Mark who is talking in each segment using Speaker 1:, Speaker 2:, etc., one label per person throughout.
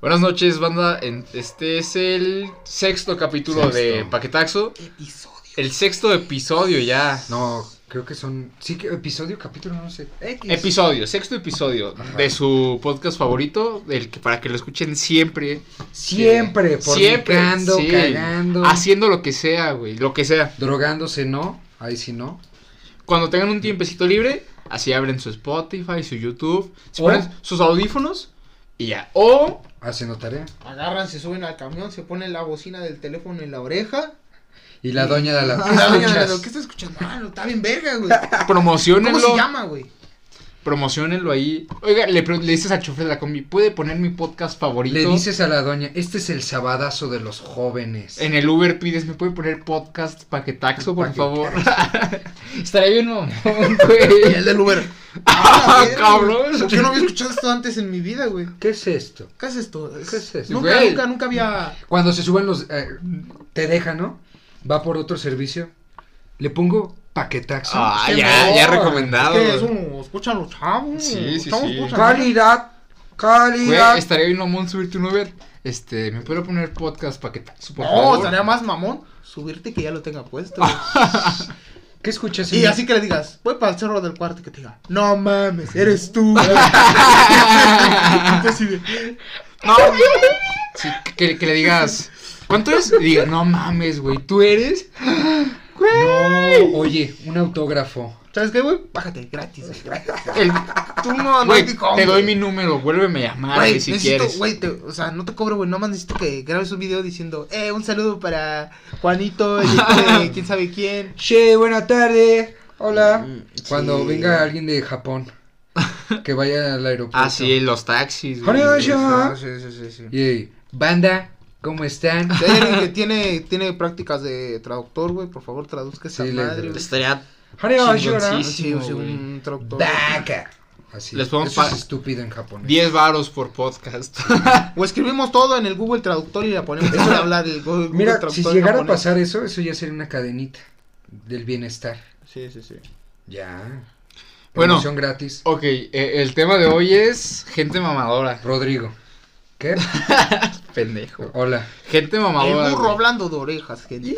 Speaker 1: Buenas noches, banda. En- Este es el sexto capítulo
Speaker 2: Sexto.
Speaker 1: de Paquetaxo.
Speaker 2: Episodio.
Speaker 1: El sexto episodio ya.
Speaker 2: No, creo que son. Sí, que episodio, capítulo, no sé. X.
Speaker 1: Episodio, sexto episodio
Speaker 2: Ajá.
Speaker 1: de su podcast favorito, del que para que lo escuchen siempre,
Speaker 2: Siempre, por
Speaker 1: Siempre,
Speaker 2: Siempre.
Speaker 1: sí.
Speaker 2: cagando.
Speaker 1: haciendo lo que sea, güey, lo que sea.
Speaker 2: Drogándose, no. Ahí sí, no.
Speaker 1: Cuando tengan un tiempecito libre, así abren su Spotify, su YouTube, se
Speaker 2: O-
Speaker 1: ponen sus audífonos y ya. O
Speaker 2: Haciendo tarea.
Speaker 3: Agarran, se suben al camión, se ponen la bocina del teléfono en la oreja. Ah,
Speaker 2: Y la doña de la.
Speaker 3: La doña de
Speaker 2: Escuchas.
Speaker 3: lo que está escuchando, ah, no, está bien verga, güey. ¿Cómo
Speaker 1: promocionenlo,
Speaker 3: se llama, güey?
Speaker 1: promocionenlo ahí. Oiga, le, pre- le dices al chofer de la combi, ¿puede poner mi podcast favorito?
Speaker 2: Le dices a la doña, este es el sabadazo de los jóvenes.
Speaker 1: En el Uber pides, ¿me puede poner podcast paquetaxo, por
Speaker 2: Paquetaxo.
Speaker 1: favor? Estaría bien, mamón, güey.
Speaker 3: del Uber.
Speaker 1: Ah, cabrón.
Speaker 3: Yo no había escuchado esto antes en mi vida, güey.
Speaker 2: ¿Qué es esto?
Speaker 3: ¿Qué es esto? Es-
Speaker 2: ¿Qué es esto?
Speaker 3: Nunca,
Speaker 1: Güey.
Speaker 3: nunca, nunca había.
Speaker 2: Cuando se suben los. eh, te deja, ¿no? Va por otro servicio. Le pongo paquetaxo.
Speaker 1: Ah,
Speaker 3: Qué
Speaker 1: ya,
Speaker 3: mejor.
Speaker 1: ya recomendado.
Speaker 3: ¿Qué es
Speaker 1: güey.
Speaker 3: eso? Escuchan los chavos.
Speaker 1: Sí, sí,
Speaker 3: chavos
Speaker 1: sí.
Speaker 3: escuchan.
Speaker 2: Calidad. Calidad.
Speaker 1: Güey, estaría bien, mamón, subirte un Uber. Este, ¿me puede poner podcast paquetaxo, por
Speaker 3: No,
Speaker 1: favor? Ah,
Speaker 3: estaría más mamón subirte que ya lo tenga puesto. güey.
Speaker 2: ¿Qué escuchas?
Speaker 3: Y
Speaker 2: señor?
Speaker 3: así que le digas, voy para el cerro del cuarto y que te diga, no mames, eres tú. güey". Entonces,
Speaker 1: No, güey. Sí, que, que le digas, ¿cuánto es? Y diga, no mames, güey, ¿tú eres?
Speaker 2: No, oye, un autógrafo.
Speaker 3: ¿Sabes qué, güey? Bájate, gratis, güey, gratis.
Speaker 1: El-
Speaker 3: Tú no, no
Speaker 1: güey,
Speaker 3: hay picón,
Speaker 1: te doy
Speaker 3: güey.
Speaker 1: mi número, vuélveme a llamar,
Speaker 3: Güey,
Speaker 1: güey, si
Speaker 3: necesito,
Speaker 1: quieres.
Speaker 3: güey, te- o sea, no te cobro, güey, nomás necesito que grabes un video diciendo, eh, un saludo para Juanito, el hijo de quién sabe quién.
Speaker 2: Che, buena tarde. Hola.
Speaker 3: Mm,
Speaker 2: Cuando
Speaker 3: sí.
Speaker 2: venga alguien de Japón, que vaya al aeropuerto.
Speaker 1: Ah, sí, los taxis, güey.
Speaker 2: Konnichiwa. Ah.
Speaker 3: sí, sí, sí, sí.
Speaker 2: Y hey, banda, ¿cómo están?
Speaker 3: Si hay alguien que tiene, tiene prácticas de traductor, güey, por favor, traduzca esa
Speaker 2: Sí, le-
Speaker 3: madre, güey.
Speaker 1: Estaría
Speaker 2: Konnichiwa.
Speaker 1: Chingoncísimo.
Speaker 3: Sí, sí,
Speaker 1: güey.
Speaker 3: un traductor.
Speaker 2: Baka. Así.
Speaker 1: Les podemos
Speaker 2: Eso es
Speaker 1: pa-
Speaker 2: estúpido en japonés.
Speaker 1: 10 varos por podcast.
Speaker 3: O escribimos todo en el Google Traductor y la ponemos a hablar el Go- Google,
Speaker 2: Mira, si
Speaker 3: Traductor. en
Speaker 2: llegara a
Speaker 3: japonés.
Speaker 2: pasar eso, eso ya sería una cadenita del bienestar.
Speaker 3: Sí, sí, sí.
Speaker 2: Ya.
Speaker 1: Bueno.
Speaker 2: Promoción gratis.
Speaker 1: Ok, eh, el tema de hoy es gente mamadora.
Speaker 2: Rodrigo. ¿Qué?
Speaker 1: Pendejo.
Speaker 2: Hola.
Speaker 1: Gente mamadora.
Speaker 3: El burro
Speaker 1: güey,
Speaker 3: hablando de orejas, gente.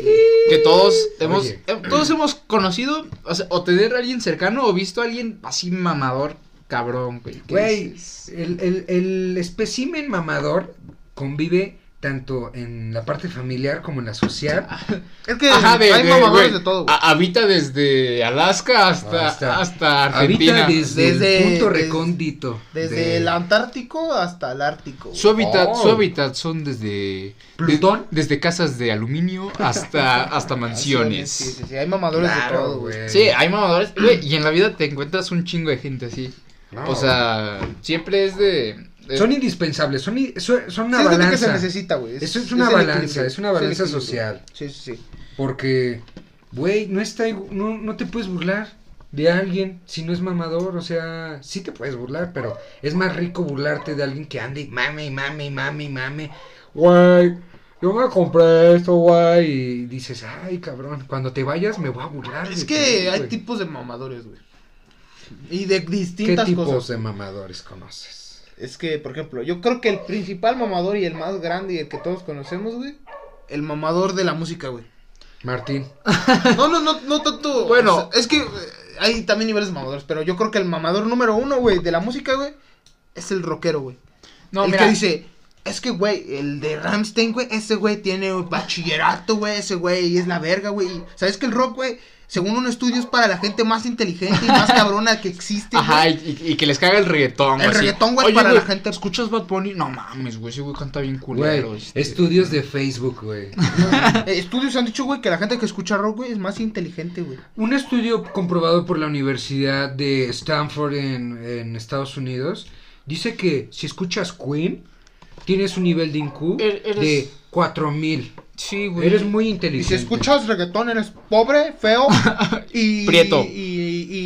Speaker 1: Que todos hemos,
Speaker 2: Oye.
Speaker 1: eh, todos hemos conocido, o, sea, o tener a alguien cercano o visto a alguien así mamador, cabrón, güey. que
Speaker 2: Güey,
Speaker 1: dices,
Speaker 2: el, el, el espécimen mamador convive tanto en la parte familiar como en la social.
Speaker 3: Es que
Speaker 1: Ajá, de,
Speaker 3: hay
Speaker 1: de-
Speaker 3: mamadores
Speaker 1: güey, Ah,
Speaker 3: de todo, güey.
Speaker 1: a- habita desde Alaska hasta,
Speaker 2: Hasta-
Speaker 1: hasta Argentina.
Speaker 2: Ah, Habita desde,
Speaker 3: Desde-
Speaker 2: el punto
Speaker 3: des-
Speaker 2: recóndito.
Speaker 3: Desde
Speaker 2: de-
Speaker 3: el Antártico hasta el Ártico.
Speaker 1: Su hábitat,
Speaker 2: Oh.
Speaker 1: su hábitat son desde
Speaker 2: Plutón. Ah,
Speaker 1: de- desde casas de aluminio hasta hasta mansiones.
Speaker 3: Sí, sí, sí, hay mamadores de
Speaker 2: Claro,
Speaker 3: todo, güey.
Speaker 2: güey.
Speaker 1: Sí, hay mamadores, güey, y en la vida te encuentras un chingo de gente así.
Speaker 2: No.
Speaker 1: O sea, eh, siempre es de... de-
Speaker 2: Son indispensables, son, i- son, son una
Speaker 3: Sí, es lo que se
Speaker 2: balanza.
Speaker 3: necesita, güey.
Speaker 2: Eso es una
Speaker 3: el
Speaker 2: balanza,
Speaker 3: equilibrio,
Speaker 2: es una
Speaker 3: el
Speaker 2: balanza
Speaker 3: equilibrio.
Speaker 2: social.
Speaker 3: Sí, sí, sí.
Speaker 2: Porque, güey, no, está, igu- no, no te puedes burlar de alguien si no es mamador. O sea, sí te puedes burlar, pero es más rico burlarte de alguien que ande y mame y mame y mame y mame. Güey, yo me compré esto, güey. Y dices, ay, cabrón, cuando te vayas me voy a burlar.
Speaker 3: Ah, Es
Speaker 2: de ti,
Speaker 3: que hay
Speaker 2: güey".
Speaker 3: tipos de mamadores, güey. Y de
Speaker 2: ¿Qué
Speaker 3: distintas
Speaker 2: tipos
Speaker 3: cosas.
Speaker 2: de mamadores conoces?
Speaker 3: Es que, por ejemplo, yo creo que el principal mamador y el más grande y el que todos conocemos, güey. El mamador de la música, güey.
Speaker 2: Martín.
Speaker 3: No, no, no, no tanto.
Speaker 1: Bueno.
Speaker 3: o sea, es que eh, hay también niveles de mamadores, pero yo creo que el mamador número uno, güey, de la música, güey, es el rockero, güey.
Speaker 1: no,
Speaker 3: el
Speaker 1: mira,
Speaker 3: que dice, es que, güey, el de Ramstein, güey, ese güey tiene bachillerato, güey, ese güey es la verga, güey. Y, ¿Sabes que el rock, güey, según un estudio es para la gente más inteligente y más cabrona que existe,
Speaker 1: Ajá,
Speaker 3: güey?
Speaker 1: y, y- y que les caga el reggaetón,
Speaker 3: El
Speaker 1: así.
Speaker 3: reggaetón, güey,
Speaker 1: Oye,
Speaker 3: para la gente-
Speaker 1: ¿Escuchas Bad Bunny? No mames, güey, ese güey canta bien
Speaker 2: Güey,
Speaker 1: culero. este.
Speaker 2: estudios de Facebook, güey.
Speaker 3: Eh, estudios han dicho, güey, que la gente que escucha rock, güey, es más inteligente, güey.
Speaker 2: Un estudio comprobado por la Universidad de Stanford en, en Estados Unidos dice que si escuchas Queen, tienes un nivel de IQ
Speaker 1: Er- eres-
Speaker 2: de 4000.
Speaker 1: Sí, güey.
Speaker 2: Eres muy
Speaker 3: Y
Speaker 2: inteligente.
Speaker 3: si escuchas reggaetón, eres pobre, feo y.
Speaker 1: Prieto.
Speaker 3: Y. Y.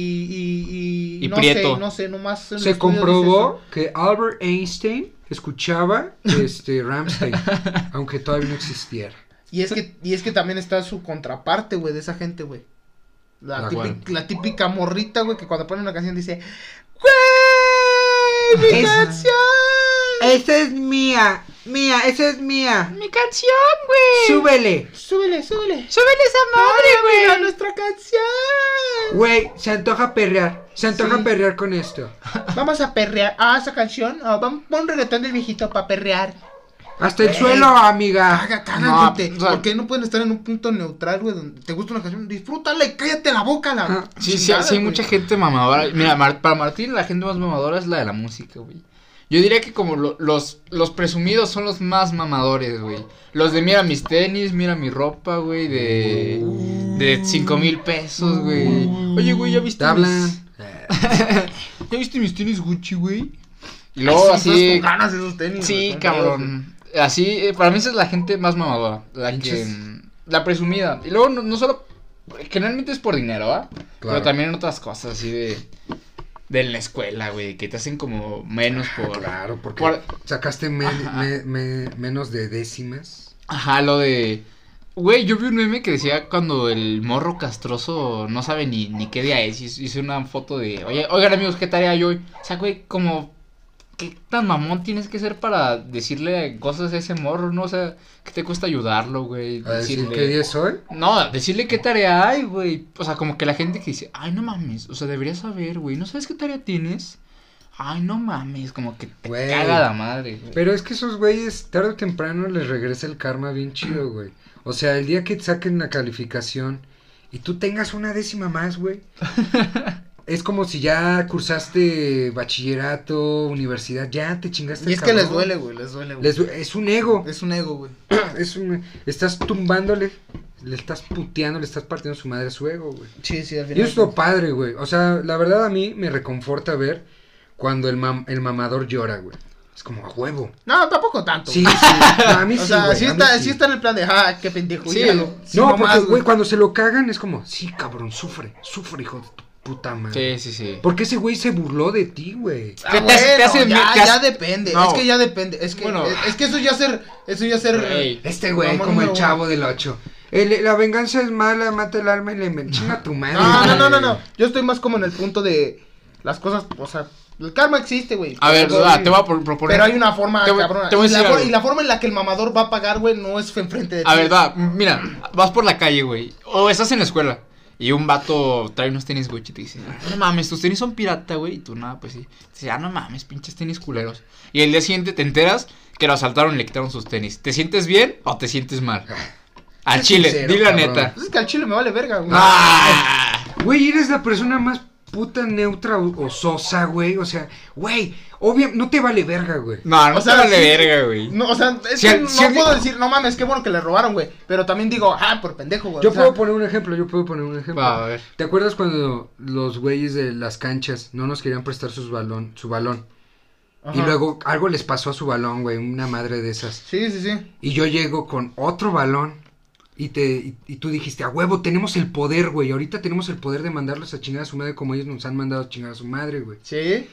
Speaker 3: Y.
Speaker 1: Y
Speaker 3: no
Speaker 1: prieto.
Speaker 3: Sé, no sé, nomás. un
Speaker 2: Se
Speaker 3: estudio
Speaker 2: comprobó que Albert Einstein escuchaba este Ramstein, aunque todavía no existiera.
Speaker 3: dice eso. Y es, que, y es que también está su contraparte, güey, de esa gente, güey. La,
Speaker 2: La
Speaker 3: típica,
Speaker 2: cual.
Speaker 3: la típica morrita, güey, que cuando pone una canción dice: ¡Güey! ¡Mi
Speaker 2: Esa.
Speaker 3: canción!
Speaker 2: Esa es mía. Mía, esa es mía.
Speaker 1: Mi canción, güey.
Speaker 2: Súbele.
Speaker 3: Súbele, súbele.
Speaker 1: Súbele esa madre,
Speaker 3: A
Speaker 1: güey.
Speaker 3: nuestra canción.
Speaker 2: Güey, se antoja perrear. Se antoja
Speaker 3: Sí.
Speaker 2: perrear con esto.
Speaker 3: Vamos a perrear. Ah, esa canción. Ah, vamos, pon un reggaetón del viejito para perrear.
Speaker 2: Hasta el
Speaker 3: Güey.
Speaker 2: suelo, amiga.
Speaker 3: Caga,
Speaker 1: No,
Speaker 3: cágate.
Speaker 1: o sea-
Speaker 3: ¿Por qué no pueden estar en un punto neutral, güey? Donde te gusta una canción, disfrútala y cállate la boca, la.
Speaker 2: Ah,
Speaker 1: Sí, sí,
Speaker 3: chingada,
Speaker 1: sí, hay
Speaker 3: güey.
Speaker 1: mucha gente mamadora. Mira, Mar- para Martín la gente más mamadora es la de la música, güey. Yo diría que como lo- los, los presumidos son los más mamadores, güey. Los de mira mis tenis, mira mi ropa, güey, de... De cinco mil pesos, güey. Oye, güey, ¿ya viste
Speaker 2: Tabla.
Speaker 1: mis...
Speaker 2: Eh,
Speaker 1: ¿Ya viste mis tenis Gucci, güey? Y
Speaker 3: Ay,
Speaker 1: luego
Speaker 3: sí, todas
Speaker 1: así...
Speaker 3: con ganas de esos tenis. güey,
Speaker 1: Sí,
Speaker 3: con ganas,
Speaker 1: cabrón. Así, eh, para mí esa es la gente más mamadora. La que...
Speaker 2: Pinches.
Speaker 1: La presumida. Y luego no, no solo... Generalmente es por dinero, ¿ah?
Speaker 2: Claro.
Speaker 1: Pero también otras cosas así de... De la escuela, güey. Que te hacen como menos por...
Speaker 2: pues, Claro, porque
Speaker 1: Por-
Speaker 2: sacaste me-
Speaker 1: Ajá.
Speaker 2: me- me- menos de décimas.
Speaker 1: Ajá, lo de... Güey, yo vi un meme que decía cuando el morro castroso no sabe ni, ni qué día es. Hizo hizo una foto de... Oye, oigan amigos, ¿qué tarea hay hoy? O sea, güey, como... ¿Qué tan mamón tienes que ser para decirle cosas a ese morro, no? O sea, ¿qué te cuesta ayudarlo, güey?
Speaker 2: A decir qué día es hoy.
Speaker 1: No, decirle qué tarea hay, güey. O sea, como que la gente que dice, ay, no mames. O sea, deberías saber, güey. ¿No sabes qué tarea tienes? Ay, no mames. Como que te
Speaker 2: Güey.
Speaker 1: caga la madre, güey.
Speaker 2: Pero es que esos güeyes tarde o temprano les regresa el karma bien chido, güey. O sea, el día que te saquen la calificación y tú tengas una décima más, güey. Es como si ya cursaste bachillerato, universidad, ya te chingaste.
Speaker 1: Este
Speaker 3: güey. Y
Speaker 2: el
Speaker 3: es que les
Speaker 2: cabrón.
Speaker 3: duele, güey, les duele, güey.
Speaker 2: Les due- es un ego.
Speaker 3: Es un ego, güey.
Speaker 2: Es un- estás tumbándole, le estás puteando, le estás partiendo su madre a su ego, güey.
Speaker 3: Sí, sí, al final.
Speaker 2: Y eso es lo padre, güey. O sea, la verdad a mí me reconforta ver cuando el, mam- el mamador llora, güey. Es como a huevo.
Speaker 3: No, tampoco tanto.
Speaker 2: Sí,
Speaker 3: güey.
Speaker 2: sí. No, a mí
Speaker 3: O
Speaker 2: sí,
Speaker 3: sea,
Speaker 2: güey,
Speaker 3: sí
Speaker 2: a mí
Speaker 3: está,
Speaker 2: sí.
Speaker 3: sí está en el plan de, ah, qué pendejo.
Speaker 1: Sí.
Speaker 3: míralo. Sí,
Speaker 2: No,
Speaker 3: nomás,
Speaker 2: porque, güey, cuando se lo cagan es como, sí, cabrón, sufre, sufre, hijo de tu puta madre.
Speaker 1: Sí, sí, sí.
Speaker 2: Porque ese güey se burló de ti, güey.
Speaker 1: ¿Qué te hace- te
Speaker 3: "Ah, bueno,
Speaker 1: hace-
Speaker 3: ya,
Speaker 1: te hace-
Speaker 3: ya depende,
Speaker 1: No.
Speaker 3: es que ya depende, es que
Speaker 1: Bueno.
Speaker 3: es, es que eso ya ser eso ya ser
Speaker 1: Güey.
Speaker 2: Este güey,
Speaker 3: Vamos,
Speaker 2: como el
Speaker 3: número
Speaker 2: chavo del 8. la venganza es mala, mata el alma y le men- chinga tu madre.
Speaker 3: No, no, no, no,
Speaker 2: güey.
Speaker 3: no. Yo estoy más como en el punto de las cosas, o sea, el karma existe, güey.
Speaker 1: A ver,
Speaker 3: Pero-
Speaker 1: ah, te voy a pro- proponer.
Speaker 3: Pero hay una forma
Speaker 1: Te voy-
Speaker 3: cabrona.
Speaker 1: te voy a
Speaker 3: y, la
Speaker 1: decir
Speaker 3: for-
Speaker 1: algo.
Speaker 3: y la forma en la que el mamador va a pagar, güey, no es enfrente de ti.
Speaker 1: A ver, va, mira, vas por la calle, güey. O estás en la escuela. Y un vato trae unos tenis Gucci y te dice, no mames, tus tenis son pirata, güey. Y tú, nada, pues sí. Te dice, ah, no mames, pinches tenis culeros. Y el día siguiente te enteras que lo asaltaron y le quitaron sus tenis. ¿Te sientes bien o te sientes mal? Al
Speaker 2: Sé
Speaker 1: chile,
Speaker 2: sincero,
Speaker 1: di la
Speaker 2: cabrón.
Speaker 1: neta.
Speaker 3: Pues es que al chile me vale verga, güey.
Speaker 1: ¡Ah!
Speaker 2: Güey, eres la persona más puta neutra o, o sosa, güey. O sea, güey, obvio, no te vale verga, güey.
Speaker 1: No, no
Speaker 3: O sea,
Speaker 1: te Ah, vale
Speaker 3: sí.
Speaker 1: verga, güey.
Speaker 3: No, o sea, es
Speaker 1: Si
Speaker 3: que
Speaker 1: al-
Speaker 3: no
Speaker 1: si al-
Speaker 3: puedo decir, no mames, qué bueno que le robaron, güey. Pero también digo, ah, por pendejo, güey.
Speaker 2: Yo
Speaker 3: o sea,
Speaker 2: puedo poner un ejemplo, yo puedo poner un ejemplo.
Speaker 1: Va, a ver.
Speaker 2: ¿Te acuerdas cuando los güeyes de las canchas no nos querían prestar sus balón, su balón? Y
Speaker 3: ajá.
Speaker 2: luego algo les pasó a su balón, güey, una madre de esas.
Speaker 3: Sí, sí, sí.
Speaker 2: Y yo llego con otro balón y te y, y tú dijiste, a huevo, tenemos el poder, güey. Ahorita tenemos el poder de mandarlos a chingar a su madre como ellos nos han mandado a chingar a su madre, güey.
Speaker 3: Sí.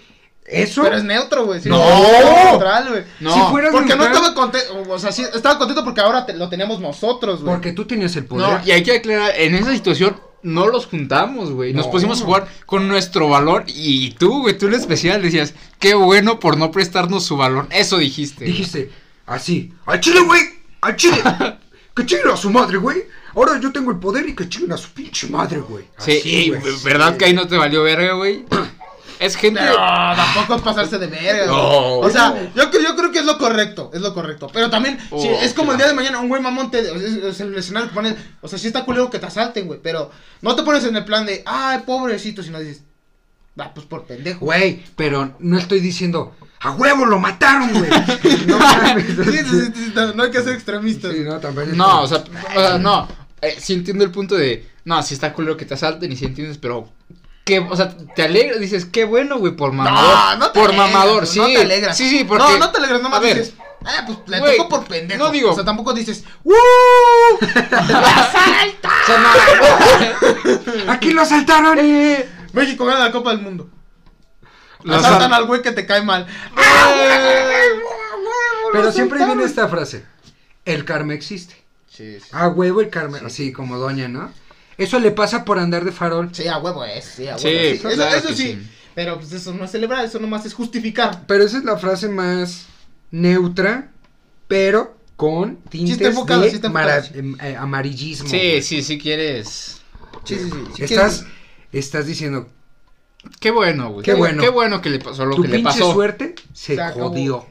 Speaker 2: Eso,
Speaker 3: Pero es neutro, güey. sí,
Speaker 1: No.
Speaker 3: es neutral, güey.
Speaker 1: No,
Speaker 2: si fueras
Speaker 3: Porque no
Speaker 2: neutral,
Speaker 3: estaba contento, o sea, sí, estaba contento porque ahora te- lo tenemos nosotros, güey.
Speaker 2: Porque tú tenías el poder.
Speaker 1: No, y hay que aclarar, en esa situación no los juntamos, güey. Nos
Speaker 2: No.
Speaker 1: pusimos a jugar con nuestro valor y tú, güey, tú en especial decías, qué bueno por no prestarnos su valor. Eso dijiste. güey.
Speaker 2: Dijiste, así, al chile, güey, al chile, que chile a su madre, güey. Ahora yo tengo el poder y que chile a su pinche madre, güey.
Speaker 1: Sí,
Speaker 2: Así,
Speaker 1: y,
Speaker 2: "Ah, güey.
Speaker 1: ¿verdad que ahí no te valió verga, güey? es gente...
Speaker 3: Pero tampoco es pasarse de verga. güey.
Speaker 1: No.
Speaker 3: O sea, yo, cre- yo creo que es lo correcto. Es lo correcto. Pero también,
Speaker 1: Oh,
Speaker 3: sí, es como el día de mañana, un güey mamón te. Es, es el escenario que ponen. O sea, sí está culero que te asalten, güey. Pero no te pones en el plan de, ay, pobrecito, sino dices, ah, pues por pendejo.
Speaker 2: Güey, pero no estoy diciendo, a huevo lo mataron, güey. no mames.
Speaker 3: Sí, sí, sí, sí, no, no hay que ser extremistas.
Speaker 2: Sí, no, también es-
Speaker 1: No, o sea, o sea, no. Eh, sí entiendo el punto de. No, si está culero que te asalten y si entiendes, pero. Que, o sea, te alegras, dices, qué bueno, güey, por mamador.
Speaker 3: no te
Speaker 1: por
Speaker 3: alegras,
Speaker 1: mamador,
Speaker 3: no
Speaker 1: sí.
Speaker 3: te alegras.
Speaker 1: Sí, sí, porque.
Speaker 3: No, no te alegras,
Speaker 1: A
Speaker 3: nomás
Speaker 1: ver.
Speaker 3: dices. Ah, pues le
Speaker 1: Güey,
Speaker 3: tocó por pendejo.
Speaker 1: no digo-
Speaker 3: O sea, tampoco dices,
Speaker 2: ¡Uh!
Speaker 3: ¡Asalta!
Speaker 1: O sea, no.
Speaker 2: ¡Aquí lo asaltaron!
Speaker 3: México gana la Copa del Mundo.
Speaker 1: Lo
Speaker 3: Asaltan
Speaker 1: asal-
Speaker 3: al güey que te cae mal.
Speaker 2: Pero siempre viene esta frase, el karma existe.
Speaker 3: Sí, sí.
Speaker 2: A huevo el karma, así como doña, ¿no? Eso le pasa por andar de farol.
Speaker 3: Sí, a huevo es, sí, a huevo.
Speaker 1: Sí,
Speaker 3: es. Eso-
Speaker 1: claro
Speaker 3: eso,
Speaker 1: que
Speaker 3: sí.
Speaker 1: sí.
Speaker 3: Pero pues eso no es celebrar, eso nomás es justificar.
Speaker 2: Pero esa es la frase más neutra, pero con tintes
Speaker 3: está enfocado,
Speaker 2: de
Speaker 3: sí está enfocado,
Speaker 2: mara-
Speaker 3: sí.
Speaker 2: em, eh, amarillismo.
Speaker 1: Sí,
Speaker 2: güey.
Speaker 1: sí, sí quieres.
Speaker 3: Sí, sí, sí. sí
Speaker 2: estás,
Speaker 3: quieres-
Speaker 2: estás diciendo,
Speaker 1: Qué bueno, güey.
Speaker 2: Qué bueno.
Speaker 1: Qué bueno que le pasó lo
Speaker 2: tu
Speaker 1: que le
Speaker 2: pinche
Speaker 1: pasó.
Speaker 2: suerte se,
Speaker 3: Se acabó.
Speaker 2: jodió.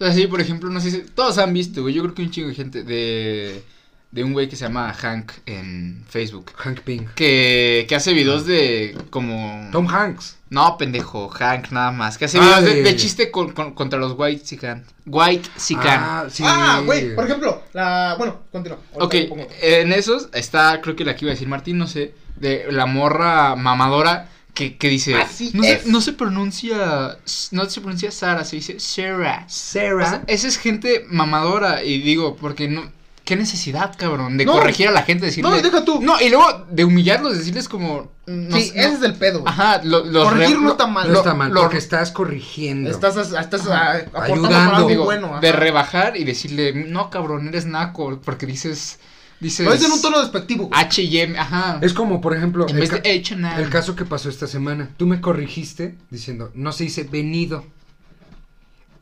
Speaker 1: Así, por ejemplo, no sé si todos han visto, güey. Yo creo que un chingo de gente de, de un güey que se llama Hank en Facebook.
Speaker 2: Hank Ping.
Speaker 1: Que, que hace videos de como...
Speaker 2: Tom Hanks.
Speaker 1: No, pendejo, Hank nada más. Que hace
Speaker 2: Ah,
Speaker 1: videos
Speaker 2: de-
Speaker 1: de, de chiste con- con- contra los White Sican. White Sican.
Speaker 2: Ah, sí.
Speaker 3: Ah, güey, por ejemplo, la. Bueno, continúa. Ahorita
Speaker 1: Ok,
Speaker 3: lo pongo.
Speaker 1: en esos está, creo que la que iba a decir Martín, no sé, de la morra mamadora que, que dice...
Speaker 3: Así
Speaker 1: no, se,
Speaker 3: Ah, es.
Speaker 1: no se pronuncia... No se pronuncia Sara, se dice Sarah.
Speaker 2: Sarah.
Speaker 1: O sea, esa es gente mamadora y digo, porque no... ¿Qué necesidad, cabrón? De
Speaker 3: No.
Speaker 1: corregir a la gente, decirle...
Speaker 3: No, y deja tú.
Speaker 1: No, y luego de humillarlos, decirles como... no
Speaker 3: sí,
Speaker 1: sé,
Speaker 3: ese
Speaker 1: no-
Speaker 3: es el pedo, güey.
Speaker 1: Ajá, lo- los...
Speaker 3: Corregir
Speaker 1: re-
Speaker 3: no
Speaker 1: lo-
Speaker 3: está mal.
Speaker 2: no
Speaker 1: lo-
Speaker 2: está mal,
Speaker 1: lo-
Speaker 2: porque estás corrigiendo.
Speaker 3: Estás, estás ah, aportando
Speaker 2: Ayudando.
Speaker 3: para algo
Speaker 1: digo,
Speaker 3: bueno. ajá.
Speaker 1: de rebajar y decirle, no, cabrón, eres naco, porque dices... Dices...
Speaker 3: Lo dice en un tono despectivo. güey.
Speaker 1: H&M, ajá.
Speaker 2: Es como, por ejemplo,
Speaker 1: En
Speaker 2: el,
Speaker 1: vez
Speaker 2: ca-
Speaker 1: de H&M.
Speaker 2: el caso que pasó esta semana. Tú me corrigiste diciendo, no se dice venido.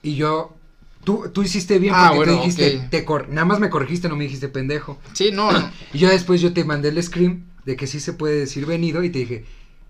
Speaker 2: Y yo, tú, tú hiciste bien
Speaker 1: Ah,
Speaker 2: porque tú
Speaker 1: bueno,
Speaker 2: dijiste,
Speaker 1: ok.
Speaker 2: te cor- nada más me corrigiste, no me dijiste pendejo.
Speaker 1: Sí, no, no.
Speaker 2: Y yo después yo te mandé el scream de que sí se puede decir venido y te dije,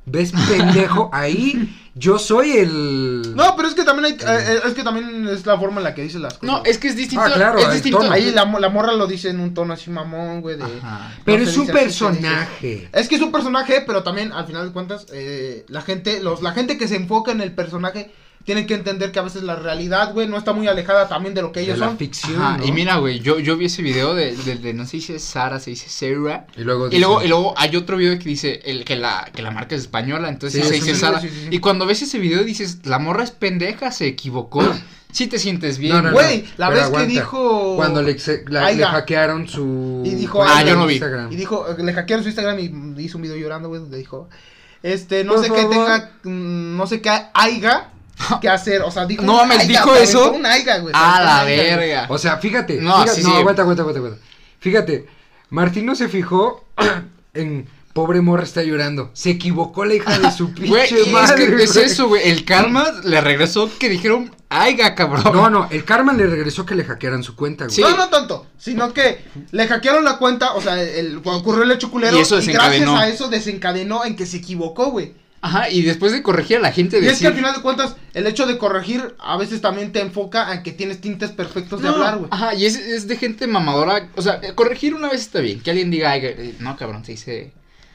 Speaker 2: ¿ves pendejo ahí? Yo soy el...
Speaker 3: No, pero es que también hay, eh, eh, es que también es la forma en la que dices las cosas.
Speaker 1: No, es que es distinto.
Speaker 2: Ah, claro, el
Speaker 1: es distinto.
Speaker 2: tono.
Speaker 3: Ahí la, mo- la morra lo dice en un tono así mamón, güey. de-
Speaker 1: Ajá.
Speaker 2: Pero
Speaker 3: no se
Speaker 2: es un
Speaker 3: dice así, se dice-
Speaker 2: personaje.
Speaker 3: Es que es un personaje, pero también al final de cuentas, eh, la gente, los, la gente que se enfoca en el personaje, tienen que entender que a veces la realidad, güey, no está muy alejada también de lo que
Speaker 2: De
Speaker 3: ellos
Speaker 2: la
Speaker 3: son.
Speaker 2: ficción,
Speaker 1: Ajá,
Speaker 2: ¿no?
Speaker 1: Y mira, güey, yo, yo vi ese video de, de- de no se dice Sara, se dice Sarah.
Speaker 2: Y luego
Speaker 1: Y luego,
Speaker 2: dicen-
Speaker 1: y luego hay otro video que dice el, que, la, que la marca es española, entonces
Speaker 2: Sí,
Speaker 1: se
Speaker 2: es
Speaker 1: dice
Speaker 2: un-
Speaker 1: Sara.
Speaker 3: sí, sí, sí.
Speaker 1: Y cuando ves ese video dices, la morra es pendeja, se equivocó. Sí te sientes bien.
Speaker 2: No, no, no,
Speaker 1: güey.
Speaker 3: Güey, la
Speaker 2: pero
Speaker 3: vez que
Speaker 2: aguanta.
Speaker 3: dijo-
Speaker 2: Cuando le, exe- la- le
Speaker 3: Aiga.
Speaker 2: hackearon su...
Speaker 3: Y dijo,
Speaker 2: cuenta
Speaker 1: Ah, yo
Speaker 2: de
Speaker 1: no vi.
Speaker 2: Instagram.
Speaker 3: Y dijo, eh, le hackearon su Instagram y hizo un video llorando, güey, donde dijo, este, no
Speaker 2: Por
Speaker 3: sé qué
Speaker 2: favor.
Speaker 3: tenga, mm, no sé qué haiga que hacer, o sea, dijo
Speaker 1: No
Speaker 3: un
Speaker 1: mames,
Speaker 3: aiga,
Speaker 1: ¿dijo
Speaker 3: güey,
Speaker 1: eso?
Speaker 3: aventó un aiga,
Speaker 2: Pues,
Speaker 3: güey.
Speaker 1: A
Speaker 3: aventó un
Speaker 1: la
Speaker 3: aiga, güey.
Speaker 1: verga.
Speaker 2: O sea, fíjate.
Speaker 1: No,
Speaker 2: fíjate-
Speaker 1: sí,
Speaker 2: no,
Speaker 1: sí.
Speaker 2: aguanta, aguanta, aguanta, aguanta. Fíjate, Martín no se fijó en pobre morra está llorando. Se equivocó la hija de su
Speaker 1: Güey,
Speaker 2: pinche
Speaker 1: y es
Speaker 2: madre.
Speaker 1: que es
Speaker 2: güey.
Speaker 1: eso, güey. El karma le regresó que dijeron, aiga, cabrón.
Speaker 2: No, no, el karma le regresó que le hackearan su cuenta, güey.
Speaker 1: Sí.
Speaker 3: No, no tanto, sino que le hackearon la cuenta, o sea, el, ocurrió el hecho culero
Speaker 1: Y eso
Speaker 3: gracias
Speaker 1: desencadenó.
Speaker 3: a eso desencadenó en que se equivocó, güey.
Speaker 1: Ajá, y después de corregir a la gente,
Speaker 3: Y es que
Speaker 1: decir,
Speaker 3: al final de cuentas, el hecho de corregir a veces también te enfoca a que tienes tintes perfectos de
Speaker 1: No,
Speaker 3: hablar, güey.
Speaker 1: Ajá, y es, es de gente mamadora. O sea, eh, corregir una vez está bien. Que alguien diga, "Ay, eh, no, cabrón, se dice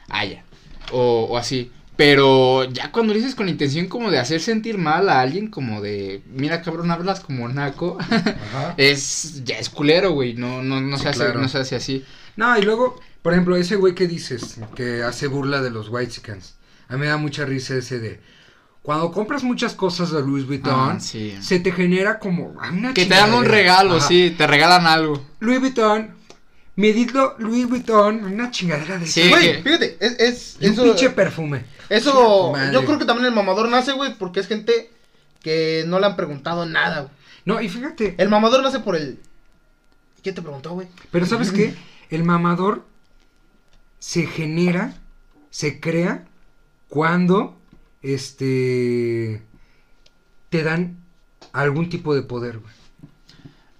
Speaker 1: haya. O, o así. Pero ya cuando lo dices con la intención como de hacer sentir mal a alguien, como de, mira, cabrón, hablas como naco.
Speaker 2: Ajá.
Speaker 1: es, ya es culero, güey. No, no, no,
Speaker 2: Sí,
Speaker 1: se hace,
Speaker 2: claro.
Speaker 1: no se hace así.
Speaker 2: No, y luego, por ejemplo, ese güey que dices, que hace burla de los Whitesicans. A mí me da mucha risa ese de. Cuando compras muchas cosas de Louis Vuitton,
Speaker 1: Ah, sí.
Speaker 2: se te genera como. ah, una
Speaker 1: Que te dan un
Speaker 2: chingadera.
Speaker 1: regalo,
Speaker 2: Ajá.
Speaker 1: sí, te regalan algo.
Speaker 2: Louis Vuitton, medidlo Louis Vuitton, una chingadera de
Speaker 1: Sí,
Speaker 2: esa-
Speaker 3: Güey,
Speaker 1: que-
Speaker 3: fíjate, es, es
Speaker 2: Y un
Speaker 3: eso-
Speaker 2: pinche perfume.
Speaker 3: Eso,
Speaker 2: Madre.
Speaker 3: yo creo que también el mamador nace, güey, porque es gente que no le han preguntado nada, güey.
Speaker 2: No, y fíjate,
Speaker 3: El mamador nace por el... ¿Quién te preguntó, güey?
Speaker 2: pero ¿sabes qué? El mamador se genera, se crea cuando este te dan algún tipo de poder, güey.